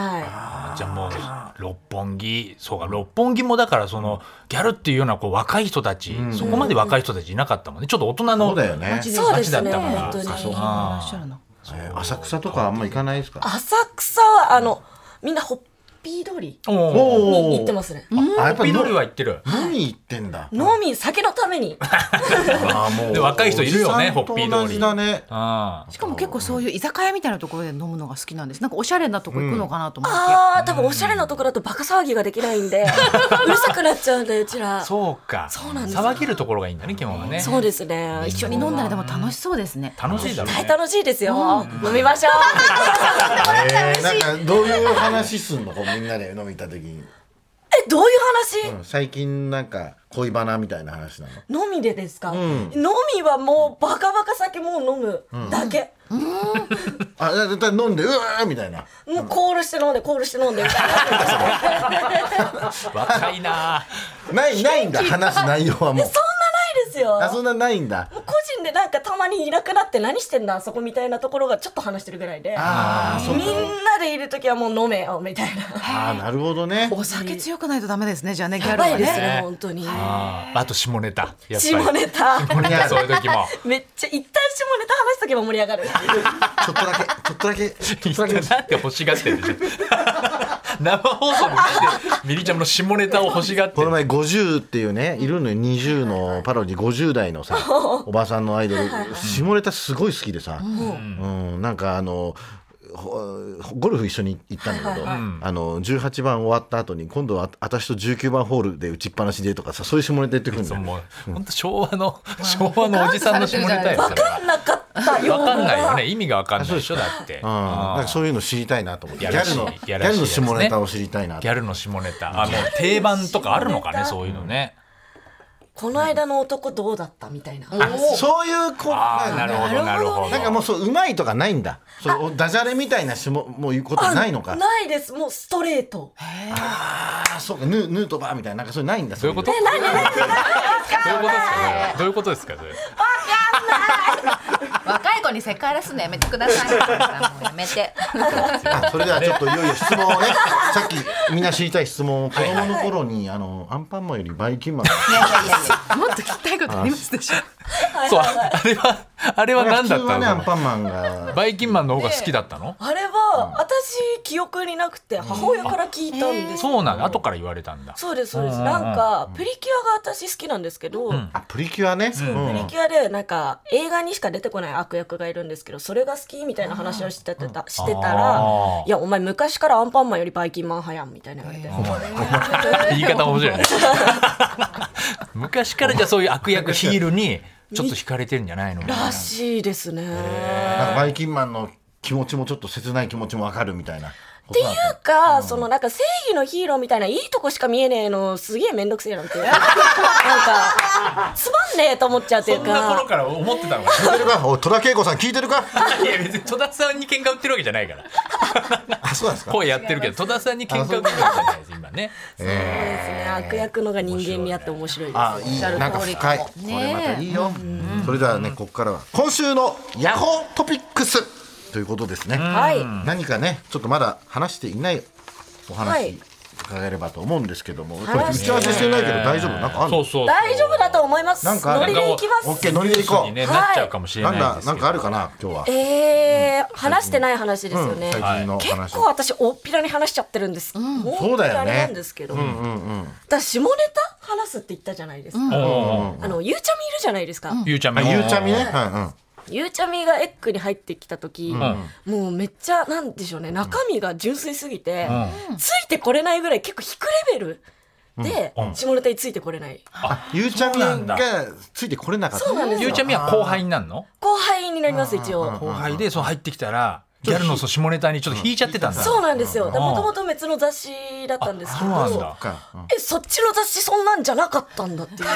[SPEAKER 1] あじゃあもう六本木そうか六本木もだからそのギャルっていうようなこう若い人たち、そこまで若い人たちいなかったもんねちょっと大人の
[SPEAKER 3] そうだよね
[SPEAKER 2] い。
[SPEAKER 1] 街
[SPEAKER 2] そうです
[SPEAKER 1] だ
[SPEAKER 2] ね。
[SPEAKER 1] ったから
[SPEAKER 2] 本当に。
[SPEAKER 4] らっしゃるな。
[SPEAKER 3] えー浅草とかあんま行かないですか
[SPEAKER 2] 浅草はあのみんなホッピー通り
[SPEAKER 1] おー
[SPEAKER 2] に
[SPEAKER 3] お
[SPEAKER 2] 行ってますね。
[SPEAKER 3] あやっ
[SPEAKER 1] ピ
[SPEAKER 3] ぱり
[SPEAKER 1] ノリは言ってる
[SPEAKER 3] 飲み行ってんだ
[SPEAKER 2] 飲み酒のために
[SPEAKER 3] あーも
[SPEAKER 1] で若い人いるよね
[SPEAKER 3] おじさんと
[SPEAKER 1] ホッピー通り
[SPEAKER 3] 同じだね
[SPEAKER 1] あ
[SPEAKER 4] しかも結構そういう居酒屋みたいなところで飲むのが好きなんです。なんかおしゃれなとこ行くのかなと思って。
[SPEAKER 2] ああ多分おしゃれなところだとバカ騒ぎができな
[SPEAKER 3] [laughs]
[SPEAKER 2] いんでうるさくなっちゃうんでうちら
[SPEAKER 1] あそうか
[SPEAKER 2] そうなんですよ
[SPEAKER 1] 騒げるところがいいんだね基本はね
[SPEAKER 2] そうですね
[SPEAKER 4] 一緒に飲んだらでも楽しそうですね。
[SPEAKER 1] 楽しいだろう
[SPEAKER 2] 大
[SPEAKER 1] ね
[SPEAKER 2] 楽しいですよ飲みまし
[SPEAKER 3] [laughs]
[SPEAKER 2] ょう
[SPEAKER 3] えーなんかどういう話すんのこうみんなで飲み行った時に、
[SPEAKER 2] えどういう
[SPEAKER 3] うん最近なんか恋バナみたいな話なの
[SPEAKER 2] 話飲みでですか
[SPEAKER 3] ん
[SPEAKER 2] 飲みはもうバカバカ酒もう飲むだけ
[SPEAKER 3] あだだだ飲んでうわーみたいな
[SPEAKER 2] もうコールして飲んでコールして飲んで
[SPEAKER 3] [laughs]
[SPEAKER 2] みたいな
[SPEAKER 1] 若いな
[SPEAKER 3] ないないん [laughs] だ話す内容はもう
[SPEAKER 2] そんなないですよ
[SPEAKER 3] あそんなないんだ
[SPEAKER 2] 個人でなんかたまにいなくなって何してんだあそこみたいなところがちょっと話してるぐらいで
[SPEAKER 3] あーそ
[SPEAKER 2] み
[SPEAKER 3] うん
[SPEAKER 2] なでいる時はもう飲めよみたいな
[SPEAKER 3] あーなるほどね
[SPEAKER 4] お酒強くないとダメですね。じゃあねギャ
[SPEAKER 2] や
[SPEAKER 4] ル
[SPEAKER 2] ば
[SPEAKER 4] はい
[SPEAKER 2] です
[SPEAKER 4] ね。
[SPEAKER 2] ね本当に
[SPEAKER 1] あーあと下ネタやっ
[SPEAKER 2] 下
[SPEAKER 1] ぱり
[SPEAKER 2] ネタ [laughs]
[SPEAKER 1] 下ネタそういう時も
[SPEAKER 2] めっちゃ一旦下ネタ話しとけば盛り上
[SPEAKER 3] [laughs]
[SPEAKER 2] がる
[SPEAKER 3] ちょっとだけちょっとだけちょっとだけ
[SPEAKER 1] なんて欲しがってるじ
[SPEAKER 2] [laughs]
[SPEAKER 1] ゃん生放送にしてミリちゃんの下ネタを欲しがって
[SPEAKER 3] こ
[SPEAKER 1] る
[SPEAKER 3] の前50っていうねいるのよ20のパロディ50代のさおばさんのアイドル下ネタすごい好きでさ、うん、なんかあのほゴルフ一緒に行ったんだけど、あの18番終わった後に今度は私と19番ホールで打ちっぱなしでとかさそういう下ネタ言ってくるんだよ
[SPEAKER 1] もう本当昭和の昭和のおじさんの下ネタや
[SPEAKER 2] わ
[SPEAKER 1] それ
[SPEAKER 2] か
[SPEAKER 1] は
[SPEAKER 2] んなかったよ
[SPEAKER 1] わかんないよね意味がわかんないでしょだって
[SPEAKER 3] うん、なんかそういうの知りたいなと思ってギ
[SPEAKER 1] やら
[SPEAKER 3] ャ
[SPEAKER 1] しい
[SPEAKER 3] ルのギ
[SPEAKER 1] や
[SPEAKER 3] ャ
[SPEAKER 1] らしい
[SPEAKER 3] ルの
[SPEAKER 1] やつね
[SPEAKER 3] 下ネタを知りたいなと
[SPEAKER 1] ギャルの下ネタあもう定番とかあるのかねそういうのね
[SPEAKER 2] この間の男どうだったみたいな。
[SPEAKER 3] そういうこ
[SPEAKER 1] ああなるほどなるほど
[SPEAKER 3] なんかもうそううまいとかないんだそうダジャレみたいなしももういうことないのか
[SPEAKER 2] ないです。もうストレート。
[SPEAKER 3] ああそうかヌーヌートバーみたいななんかそれないんだ
[SPEAKER 1] どういうことどういうことですかそれはどういうことですかそれ
[SPEAKER 4] 若い子にセクハラすんのやめてください。もうやめて。
[SPEAKER 3] あそれではちょっといよいよ質問を
[SPEAKER 2] [laughs]
[SPEAKER 3] ねさっきみんな知りたい質問を子供の頃にあのアンパンマンよりバイキンマン
[SPEAKER 4] もっと聞きたいことありますでしょ。
[SPEAKER 1] そうああれはあれは何だっ
[SPEAKER 3] 普通はねア
[SPEAKER 1] た
[SPEAKER 3] ン
[SPEAKER 1] の
[SPEAKER 3] パンマンが
[SPEAKER 1] バイキンマンの方が好きだったの
[SPEAKER 2] あれは、私記憶になくて母親から聞いたんです。
[SPEAKER 1] そうなんだ後から言われたんだ
[SPEAKER 2] そうですそうです。
[SPEAKER 1] うん
[SPEAKER 2] なんかプリキュアが私好きなんですけど。
[SPEAKER 1] ん
[SPEAKER 3] あプリキュアねう
[SPEAKER 2] プリ
[SPEAKER 3] ん
[SPEAKER 2] キュアでなんか映画にしか出てこない悪役がいるんですけどそれが好きみたいな話をしてたしてたら
[SPEAKER 1] あー
[SPEAKER 2] 「いやお前昔からアンパンマンよりバイキンマン派やん」みたいな言われて
[SPEAKER 1] 言い方面
[SPEAKER 3] [laughs]
[SPEAKER 1] 白いね昔からじゃあそういう悪役ヒールにちょっと惹かれてるんじゃないのみたいな
[SPEAKER 2] らしいですね。
[SPEAKER 3] なんかバイキンマンの気持ちもちょっと切ない気持ちもわかるみたいなっていう
[SPEAKER 2] なんか、そのなんか正義のヒーローみたいないいとこしか見えねえのすげえめんどくせ
[SPEAKER 1] [laughs]
[SPEAKER 2] えなんていうなんかつまんねえと思っちゃうってい
[SPEAKER 1] そ
[SPEAKER 2] うん
[SPEAKER 1] な頃
[SPEAKER 2] か
[SPEAKER 1] から思ってた [laughs] のか
[SPEAKER 3] 聞いてるかおい戸田恵子さん聞いてるか
[SPEAKER 1] いや別に戸田さんに喧嘩売ってるわけじゃないから
[SPEAKER 3] あそうなんですか
[SPEAKER 1] 声やってるけど戸田さんに喧嘩売ってるわけじゃないです今ね
[SPEAKER 2] そうですね悪役のが人間味あって面白いです
[SPEAKER 3] あいいなんか深いこ
[SPEAKER 4] り
[SPEAKER 3] れまたいいよそれではねここからは今週のヤホートピックスということですね
[SPEAKER 2] はい
[SPEAKER 3] 何かねちょっとまだ話していないお
[SPEAKER 2] は
[SPEAKER 3] 話
[SPEAKER 2] い
[SPEAKER 3] 伺えればと思うんですけども、これ打
[SPEAKER 2] 話して
[SPEAKER 3] ち合わせしてないけど大丈夫なんかある
[SPEAKER 1] そ
[SPEAKER 3] の
[SPEAKER 1] うそう
[SPEAKER 2] 大丈夫だと思います
[SPEAKER 3] なんか
[SPEAKER 2] ノリでいき
[SPEAKER 3] オ
[SPEAKER 2] ま
[SPEAKER 3] ッ
[SPEAKER 2] す
[SPEAKER 3] ケーノリで行こ
[SPEAKER 1] に
[SPEAKER 3] う、
[SPEAKER 1] ね
[SPEAKER 2] はい
[SPEAKER 1] なっちゃうかもしれ
[SPEAKER 3] なん
[SPEAKER 1] ない
[SPEAKER 3] だ
[SPEAKER 1] です
[SPEAKER 3] なん
[SPEAKER 1] け
[SPEAKER 3] かあ
[SPEAKER 1] ど
[SPEAKER 3] るかな今日は、
[SPEAKER 2] えー、話してない話ですよ
[SPEAKER 3] うん
[SPEAKER 2] ね、
[SPEAKER 3] 最近の話
[SPEAKER 2] 結構私大っぴらに話しちゃってるんです、大っぴら
[SPEAKER 3] そうだよね
[SPEAKER 2] なんですけど、だから下ネタ話すって言ったじゃないですか、
[SPEAKER 1] おー
[SPEAKER 2] あのゆうちゃみいるじゃないですか、
[SPEAKER 1] ゆうちゃみ
[SPEAKER 3] あゆうちゃみね、は
[SPEAKER 2] ゆうちゃみがエッグに入ってきた時、もうめっちゃなんでしょうね中身が純粋すぎて、ついてこれないぐらい結構低レベルで、下ネタについてこれない
[SPEAKER 3] いうん、ゆうちゃ
[SPEAKER 1] そ
[SPEAKER 3] み
[SPEAKER 1] うなんだ
[SPEAKER 3] がついてこれなかった
[SPEAKER 2] そうなんです
[SPEAKER 1] ゆうちゃみは後輩になるの
[SPEAKER 2] 後輩になります一応、
[SPEAKER 1] 後輩でその入ってきたらギャルのその下ネタにちょっと引いちゃってたんだ
[SPEAKER 2] そうなんですよ
[SPEAKER 1] あ
[SPEAKER 2] もともと別の雑誌だったんですけ
[SPEAKER 1] そうなん
[SPEAKER 2] ど
[SPEAKER 1] だ
[SPEAKER 3] か、うん
[SPEAKER 2] えそっちの雑誌そんなんじゃなかったん
[SPEAKER 1] [laughs]
[SPEAKER 2] だっていうギ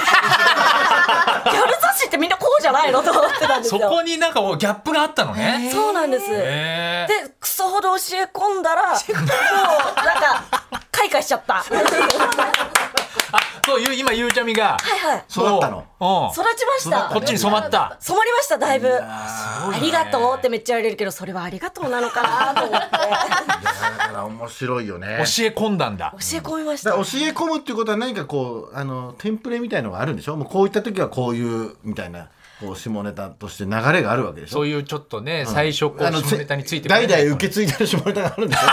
[SPEAKER 2] ャル雑誌ってみんなこうじゃないのと思ってたんです
[SPEAKER 1] そ
[SPEAKER 2] よ
[SPEAKER 1] こになんかギャップがあったのね
[SPEAKER 2] そうなんです、
[SPEAKER 1] へー
[SPEAKER 2] でクソほど教え込んだらもうなんか開花しちゃった
[SPEAKER 1] そういう今ゆうちゃみが
[SPEAKER 2] はいはい。
[SPEAKER 3] 育ったの
[SPEAKER 1] の
[SPEAKER 2] 育ちました。
[SPEAKER 1] こっちに染まった
[SPEAKER 2] 染まりました、だいぶ。ありがとうってめっちゃ言われるけど、それはありがとうなのかなと思って。
[SPEAKER 3] だから面白いよね
[SPEAKER 1] 教え込んだんだ
[SPEAKER 2] 教え込みまし
[SPEAKER 3] だ
[SPEAKER 2] た。
[SPEAKER 3] か
[SPEAKER 2] そ
[SPEAKER 3] ら教え込むっていうことは何かこうあのテンプレみたいのがあるんでしょもうこういった時はこういうみたいなこう下ネタとして流れがあるわけでしょ
[SPEAKER 1] そういうちょっとね最初こう
[SPEAKER 3] あの
[SPEAKER 1] 下ネタについて
[SPEAKER 3] 代々受け継いでる下ネタがあるんで
[SPEAKER 1] [laughs]
[SPEAKER 3] しょ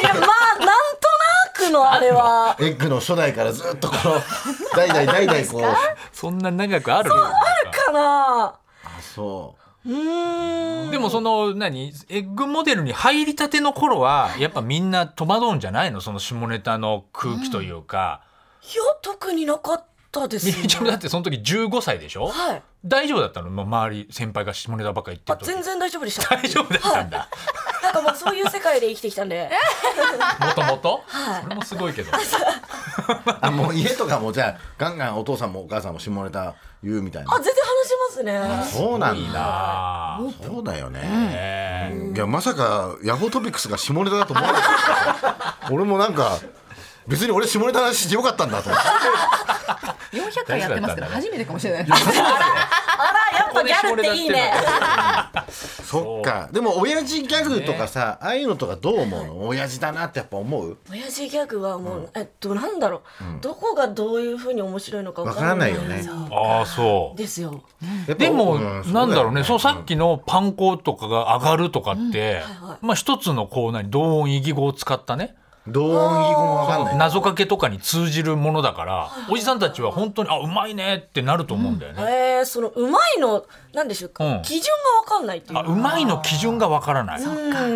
[SPEAKER 2] いや、まあ、なんとなくのあれは。
[SPEAKER 3] エッグの初代からずっとこの代々代々こう
[SPEAKER 1] そんな長くある
[SPEAKER 2] かな
[SPEAKER 3] あそう
[SPEAKER 2] うーん。
[SPEAKER 1] でもその何エッグモデルに入りたての頃はやっぱみんな戸惑うんじゃないのその下ネタの空気というか、
[SPEAKER 2] いや、特になかったです、
[SPEAKER 1] み
[SPEAKER 2] ね。
[SPEAKER 1] ゆちゃみだってその時15歳でしょ
[SPEAKER 2] はい。
[SPEAKER 1] 大丈夫だったのもう周り先輩が下ネタばっか言って
[SPEAKER 2] あ
[SPEAKER 1] る、時
[SPEAKER 2] 全然大丈夫でした。
[SPEAKER 1] 大丈夫だったんだ
[SPEAKER 2] なんかもうそういう世界で生きてきたんで。
[SPEAKER 1] もともと
[SPEAKER 2] はい
[SPEAKER 1] それもすごいけど
[SPEAKER 3] あもう家とかもじゃあガンガンお父さんもお母さんも下ネタ言うみたい
[SPEAKER 2] あ、
[SPEAKER 3] な
[SPEAKER 2] 全然話しますね。
[SPEAKER 3] そうなん
[SPEAKER 1] いいな
[SPEAKER 3] だ
[SPEAKER 1] あ
[SPEAKER 3] そうだよね、いやまさかヤホートピックスが下ネタだと思わなかった俺もなんか別に俺下ネタの話してよかったんだと思って
[SPEAKER 4] 400回やってますけど初めてかもしれない。
[SPEAKER 2] あら、やっぱギャルっていいね。
[SPEAKER 3] そっかでも親父ギャグとかさ、ああいうのとかどう思うの親父だなってやっぱ思う
[SPEAKER 2] 親父ギャグはもう、えっと、なんだろう、どこがどういうふうに面白いのかわ
[SPEAKER 3] わ
[SPEAKER 2] か
[SPEAKER 3] からら
[SPEAKER 2] な
[SPEAKER 3] ないいよね
[SPEAKER 1] ああそう
[SPEAKER 2] ですよ。
[SPEAKER 3] やっぱ
[SPEAKER 1] でも、
[SPEAKER 3] うんそう
[SPEAKER 1] なんだろう
[SPEAKER 3] よ
[SPEAKER 1] ね、そのさっきのパン粉とかが上がるとかって、
[SPEAKER 2] は
[SPEAKER 1] まあ一つのこう何、同音異義語を使ったね、
[SPEAKER 3] 同音異義語もわかんない
[SPEAKER 1] 謎かけとかに通じるものだから、おじさんたちは本当に、あ、うまいねってなると思うんだよね。
[SPEAKER 2] えー、そのうまいの、なんでしょうか、
[SPEAKER 1] うん
[SPEAKER 2] 基準がわかんないっていう
[SPEAKER 1] あ、
[SPEAKER 2] か。
[SPEAKER 1] うまいの基準がわからない。
[SPEAKER 2] う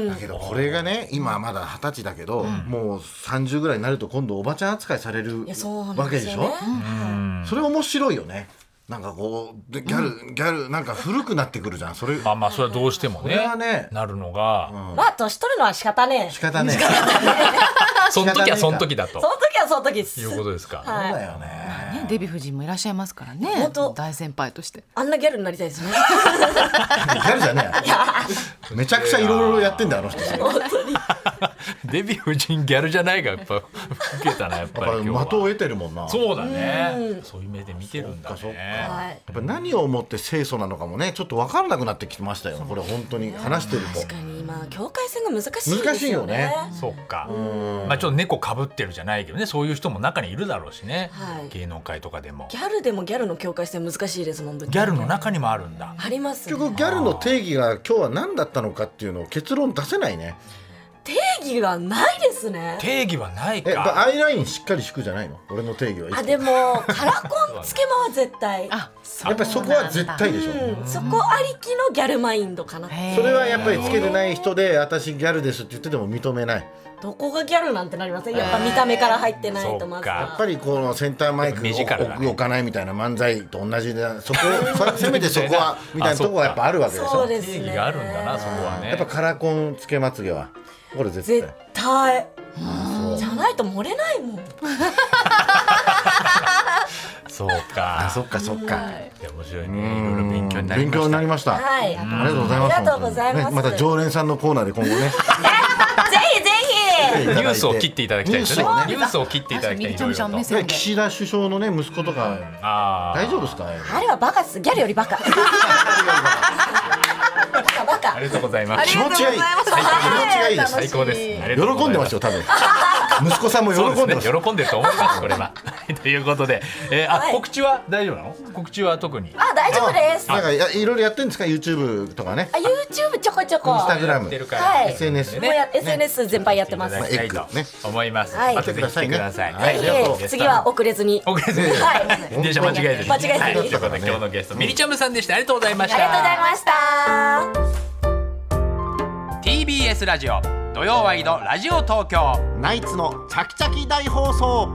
[SPEAKER 2] ん
[SPEAKER 3] だけどこれがね今まだ二十歳だけど、もう30ぐらいになると今度おばちゃん扱いされる
[SPEAKER 2] いや、そうな
[SPEAKER 3] わ
[SPEAKER 2] ん
[SPEAKER 3] けで
[SPEAKER 2] で
[SPEAKER 3] すし
[SPEAKER 2] よ
[SPEAKER 3] ょ
[SPEAKER 2] ね。
[SPEAKER 3] それ面白いよねなんかこうでギャル、ギャルなんか古くなってくるじゃんそれ
[SPEAKER 1] まあまあ、それはどうしても
[SPEAKER 3] これ
[SPEAKER 1] ね、
[SPEAKER 3] はね
[SPEAKER 1] なるのが、
[SPEAKER 2] まあ、年取るのは仕方ねえ。
[SPEAKER 3] 仕
[SPEAKER 2] そ
[SPEAKER 3] 方ねえ
[SPEAKER 1] その時はその時だと
[SPEAKER 2] の時はその時です。
[SPEAKER 1] いうことですか。
[SPEAKER 2] はい
[SPEAKER 3] そうだよね
[SPEAKER 1] ね
[SPEAKER 4] ね、デヴィ夫人もいらっしゃいますからね
[SPEAKER 2] 本当
[SPEAKER 4] 大先輩として
[SPEAKER 2] あんなギャルになりたいですね。
[SPEAKER 3] ギャルじゃねえめちゃくちゃいろいろやってんだよあの人やっ
[SPEAKER 1] [laughs] デヴィ夫人ギャルじゃないがやっぱ受けたなやっぱ
[SPEAKER 3] ぱ
[SPEAKER 1] り
[SPEAKER 3] り的
[SPEAKER 1] 今
[SPEAKER 3] を
[SPEAKER 1] 日は
[SPEAKER 3] 得てるもんなやっ
[SPEAKER 1] そうだねそういう目で見てるんだ
[SPEAKER 3] そっか
[SPEAKER 1] ね
[SPEAKER 2] はい。
[SPEAKER 3] ぱ何をもって清楚なのかもねちょっと分からなくなってきましたよこれ本当に話してる
[SPEAKER 2] 確かに今境界線が難しいですよね。
[SPEAKER 3] 難しいよね
[SPEAKER 1] そっかまあちょっと猫かぶってるじゃないけどねそういう人も中にいるだろうしね
[SPEAKER 2] はい
[SPEAKER 1] 芸能界とかでも
[SPEAKER 2] ギャルでもギャルの境界線難しいですもん。ギ
[SPEAKER 1] ギャルの中にもあるんだ
[SPEAKER 2] あります、
[SPEAKER 3] と
[SPEAKER 2] ね
[SPEAKER 3] 結。局ギャルの定義が今日は何だったのかっていうのを結論出せないね
[SPEAKER 2] 定義がないですね。
[SPEAKER 1] 定義はない
[SPEAKER 3] えやっぱ
[SPEAKER 1] か
[SPEAKER 3] アイラインしっかり引くじゃないの俺の定義はいつも
[SPEAKER 2] あでもカラコンつけまは絶対。
[SPEAKER 4] あそ
[SPEAKER 3] やっぱりそこは絶対でしょ、
[SPEAKER 2] うん、そこありきのギャルマインドかな。
[SPEAKER 3] それ
[SPEAKER 4] は
[SPEAKER 3] はやっぱりつけてない人で私ギャルですって言ってても認めない
[SPEAKER 2] どこがギャルなんてなりません。やっぱ見た目から入ってないとまず
[SPEAKER 1] そ
[SPEAKER 3] やっ
[SPEAKER 2] は。
[SPEAKER 3] ぱりこのセンターマイク
[SPEAKER 1] 目力だね
[SPEAKER 3] を置かないみたいな漫才と同じでそこ
[SPEAKER 1] [laughs]
[SPEAKER 3] をせめてそこはみたいなとこはやっぱあるわけでし
[SPEAKER 2] そ
[SPEAKER 3] ょ
[SPEAKER 2] う、です
[SPEAKER 1] 定
[SPEAKER 2] ね。
[SPEAKER 1] 義があるんだなそこはね
[SPEAKER 3] やっぱカラコンつけまつげはこれ絶
[SPEAKER 2] 絶
[SPEAKER 3] 対
[SPEAKER 2] 対。
[SPEAKER 3] そう
[SPEAKER 2] じゃないと漏れないもん。
[SPEAKER 1] そう
[SPEAKER 3] あ
[SPEAKER 1] か
[SPEAKER 3] そっかそっか
[SPEAKER 1] いや面白い
[SPEAKER 3] うん
[SPEAKER 1] ねいろいろ勉強になり
[SPEAKER 3] 勉
[SPEAKER 1] ました
[SPEAKER 3] 強になりましたあ
[SPEAKER 2] はい。
[SPEAKER 3] りがとうございます
[SPEAKER 2] ありがとうございま
[SPEAKER 3] 本
[SPEAKER 2] す
[SPEAKER 3] 当にねまた常連さんのコーナーで今後ね
[SPEAKER 2] ぜひぜひ。
[SPEAKER 1] ニュースを切っていただきたいですよね。
[SPEAKER 3] ニ
[SPEAKER 1] ニ
[SPEAKER 3] ュ
[SPEAKER 1] ュ
[SPEAKER 3] ースを
[SPEAKER 1] ースを
[SPEAKER 3] ね
[SPEAKER 1] 切っていただきたい。
[SPEAKER 4] みっちゃんみちゃん目
[SPEAKER 3] ね
[SPEAKER 4] 線で
[SPEAKER 3] 岸田首相のね息子とか
[SPEAKER 1] ああ。
[SPEAKER 3] 大丈夫ですか
[SPEAKER 2] あれはバカっす。ギャルよりバカ。バカバカ
[SPEAKER 1] あ。りがとうございま
[SPEAKER 3] 気
[SPEAKER 1] す。
[SPEAKER 3] 持ちがいい気持ちがいいです
[SPEAKER 1] 最高です。ありがとうござい
[SPEAKER 3] 喜んでますよ多分息子さんも喜
[SPEAKER 1] [laughs] そうです
[SPEAKER 3] んで
[SPEAKER 1] ね。
[SPEAKER 3] ます
[SPEAKER 1] 喜んでると思います。 [laughs] これは。はいということで、えー
[SPEAKER 2] は
[SPEAKER 1] あ
[SPEAKER 2] い
[SPEAKER 1] 告知は大丈夫なの？告知は特に。
[SPEAKER 2] あ、大丈夫です。
[SPEAKER 3] な
[SPEAKER 2] あ
[SPEAKER 3] んかやいろいろやってるんですか YouTube とかね
[SPEAKER 2] YouTube ちょこちょこ。
[SPEAKER 3] インスタ
[SPEAKER 2] も
[SPEAKER 3] グラム
[SPEAKER 1] やってるから
[SPEAKER 2] はい
[SPEAKER 3] SNS
[SPEAKER 2] う
[SPEAKER 1] ね
[SPEAKER 2] や SNS 全般やってま
[SPEAKER 1] い
[SPEAKER 2] す。
[SPEAKER 1] ただ
[SPEAKER 2] ぜ
[SPEAKER 1] きたいと思います。
[SPEAKER 2] はい
[SPEAKER 1] またぜひ来てください。
[SPEAKER 3] はいありがとう
[SPEAKER 2] ひ次は遅れずに。
[SPEAKER 1] 遅れずに
[SPEAKER 2] はい。
[SPEAKER 1] 電車間違えずに。
[SPEAKER 2] 間違えずに
[SPEAKER 1] はいということで今日のゲストミリチャムさんでした。ありがとうございまし
[SPEAKER 2] ありがとうござい
[SPEAKER 1] た。
[SPEAKER 2] ました。
[SPEAKER 1] TBS ラジオ土曜ワイドラジオ東京。
[SPEAKER 3] ナイツのチャキチャキ大放送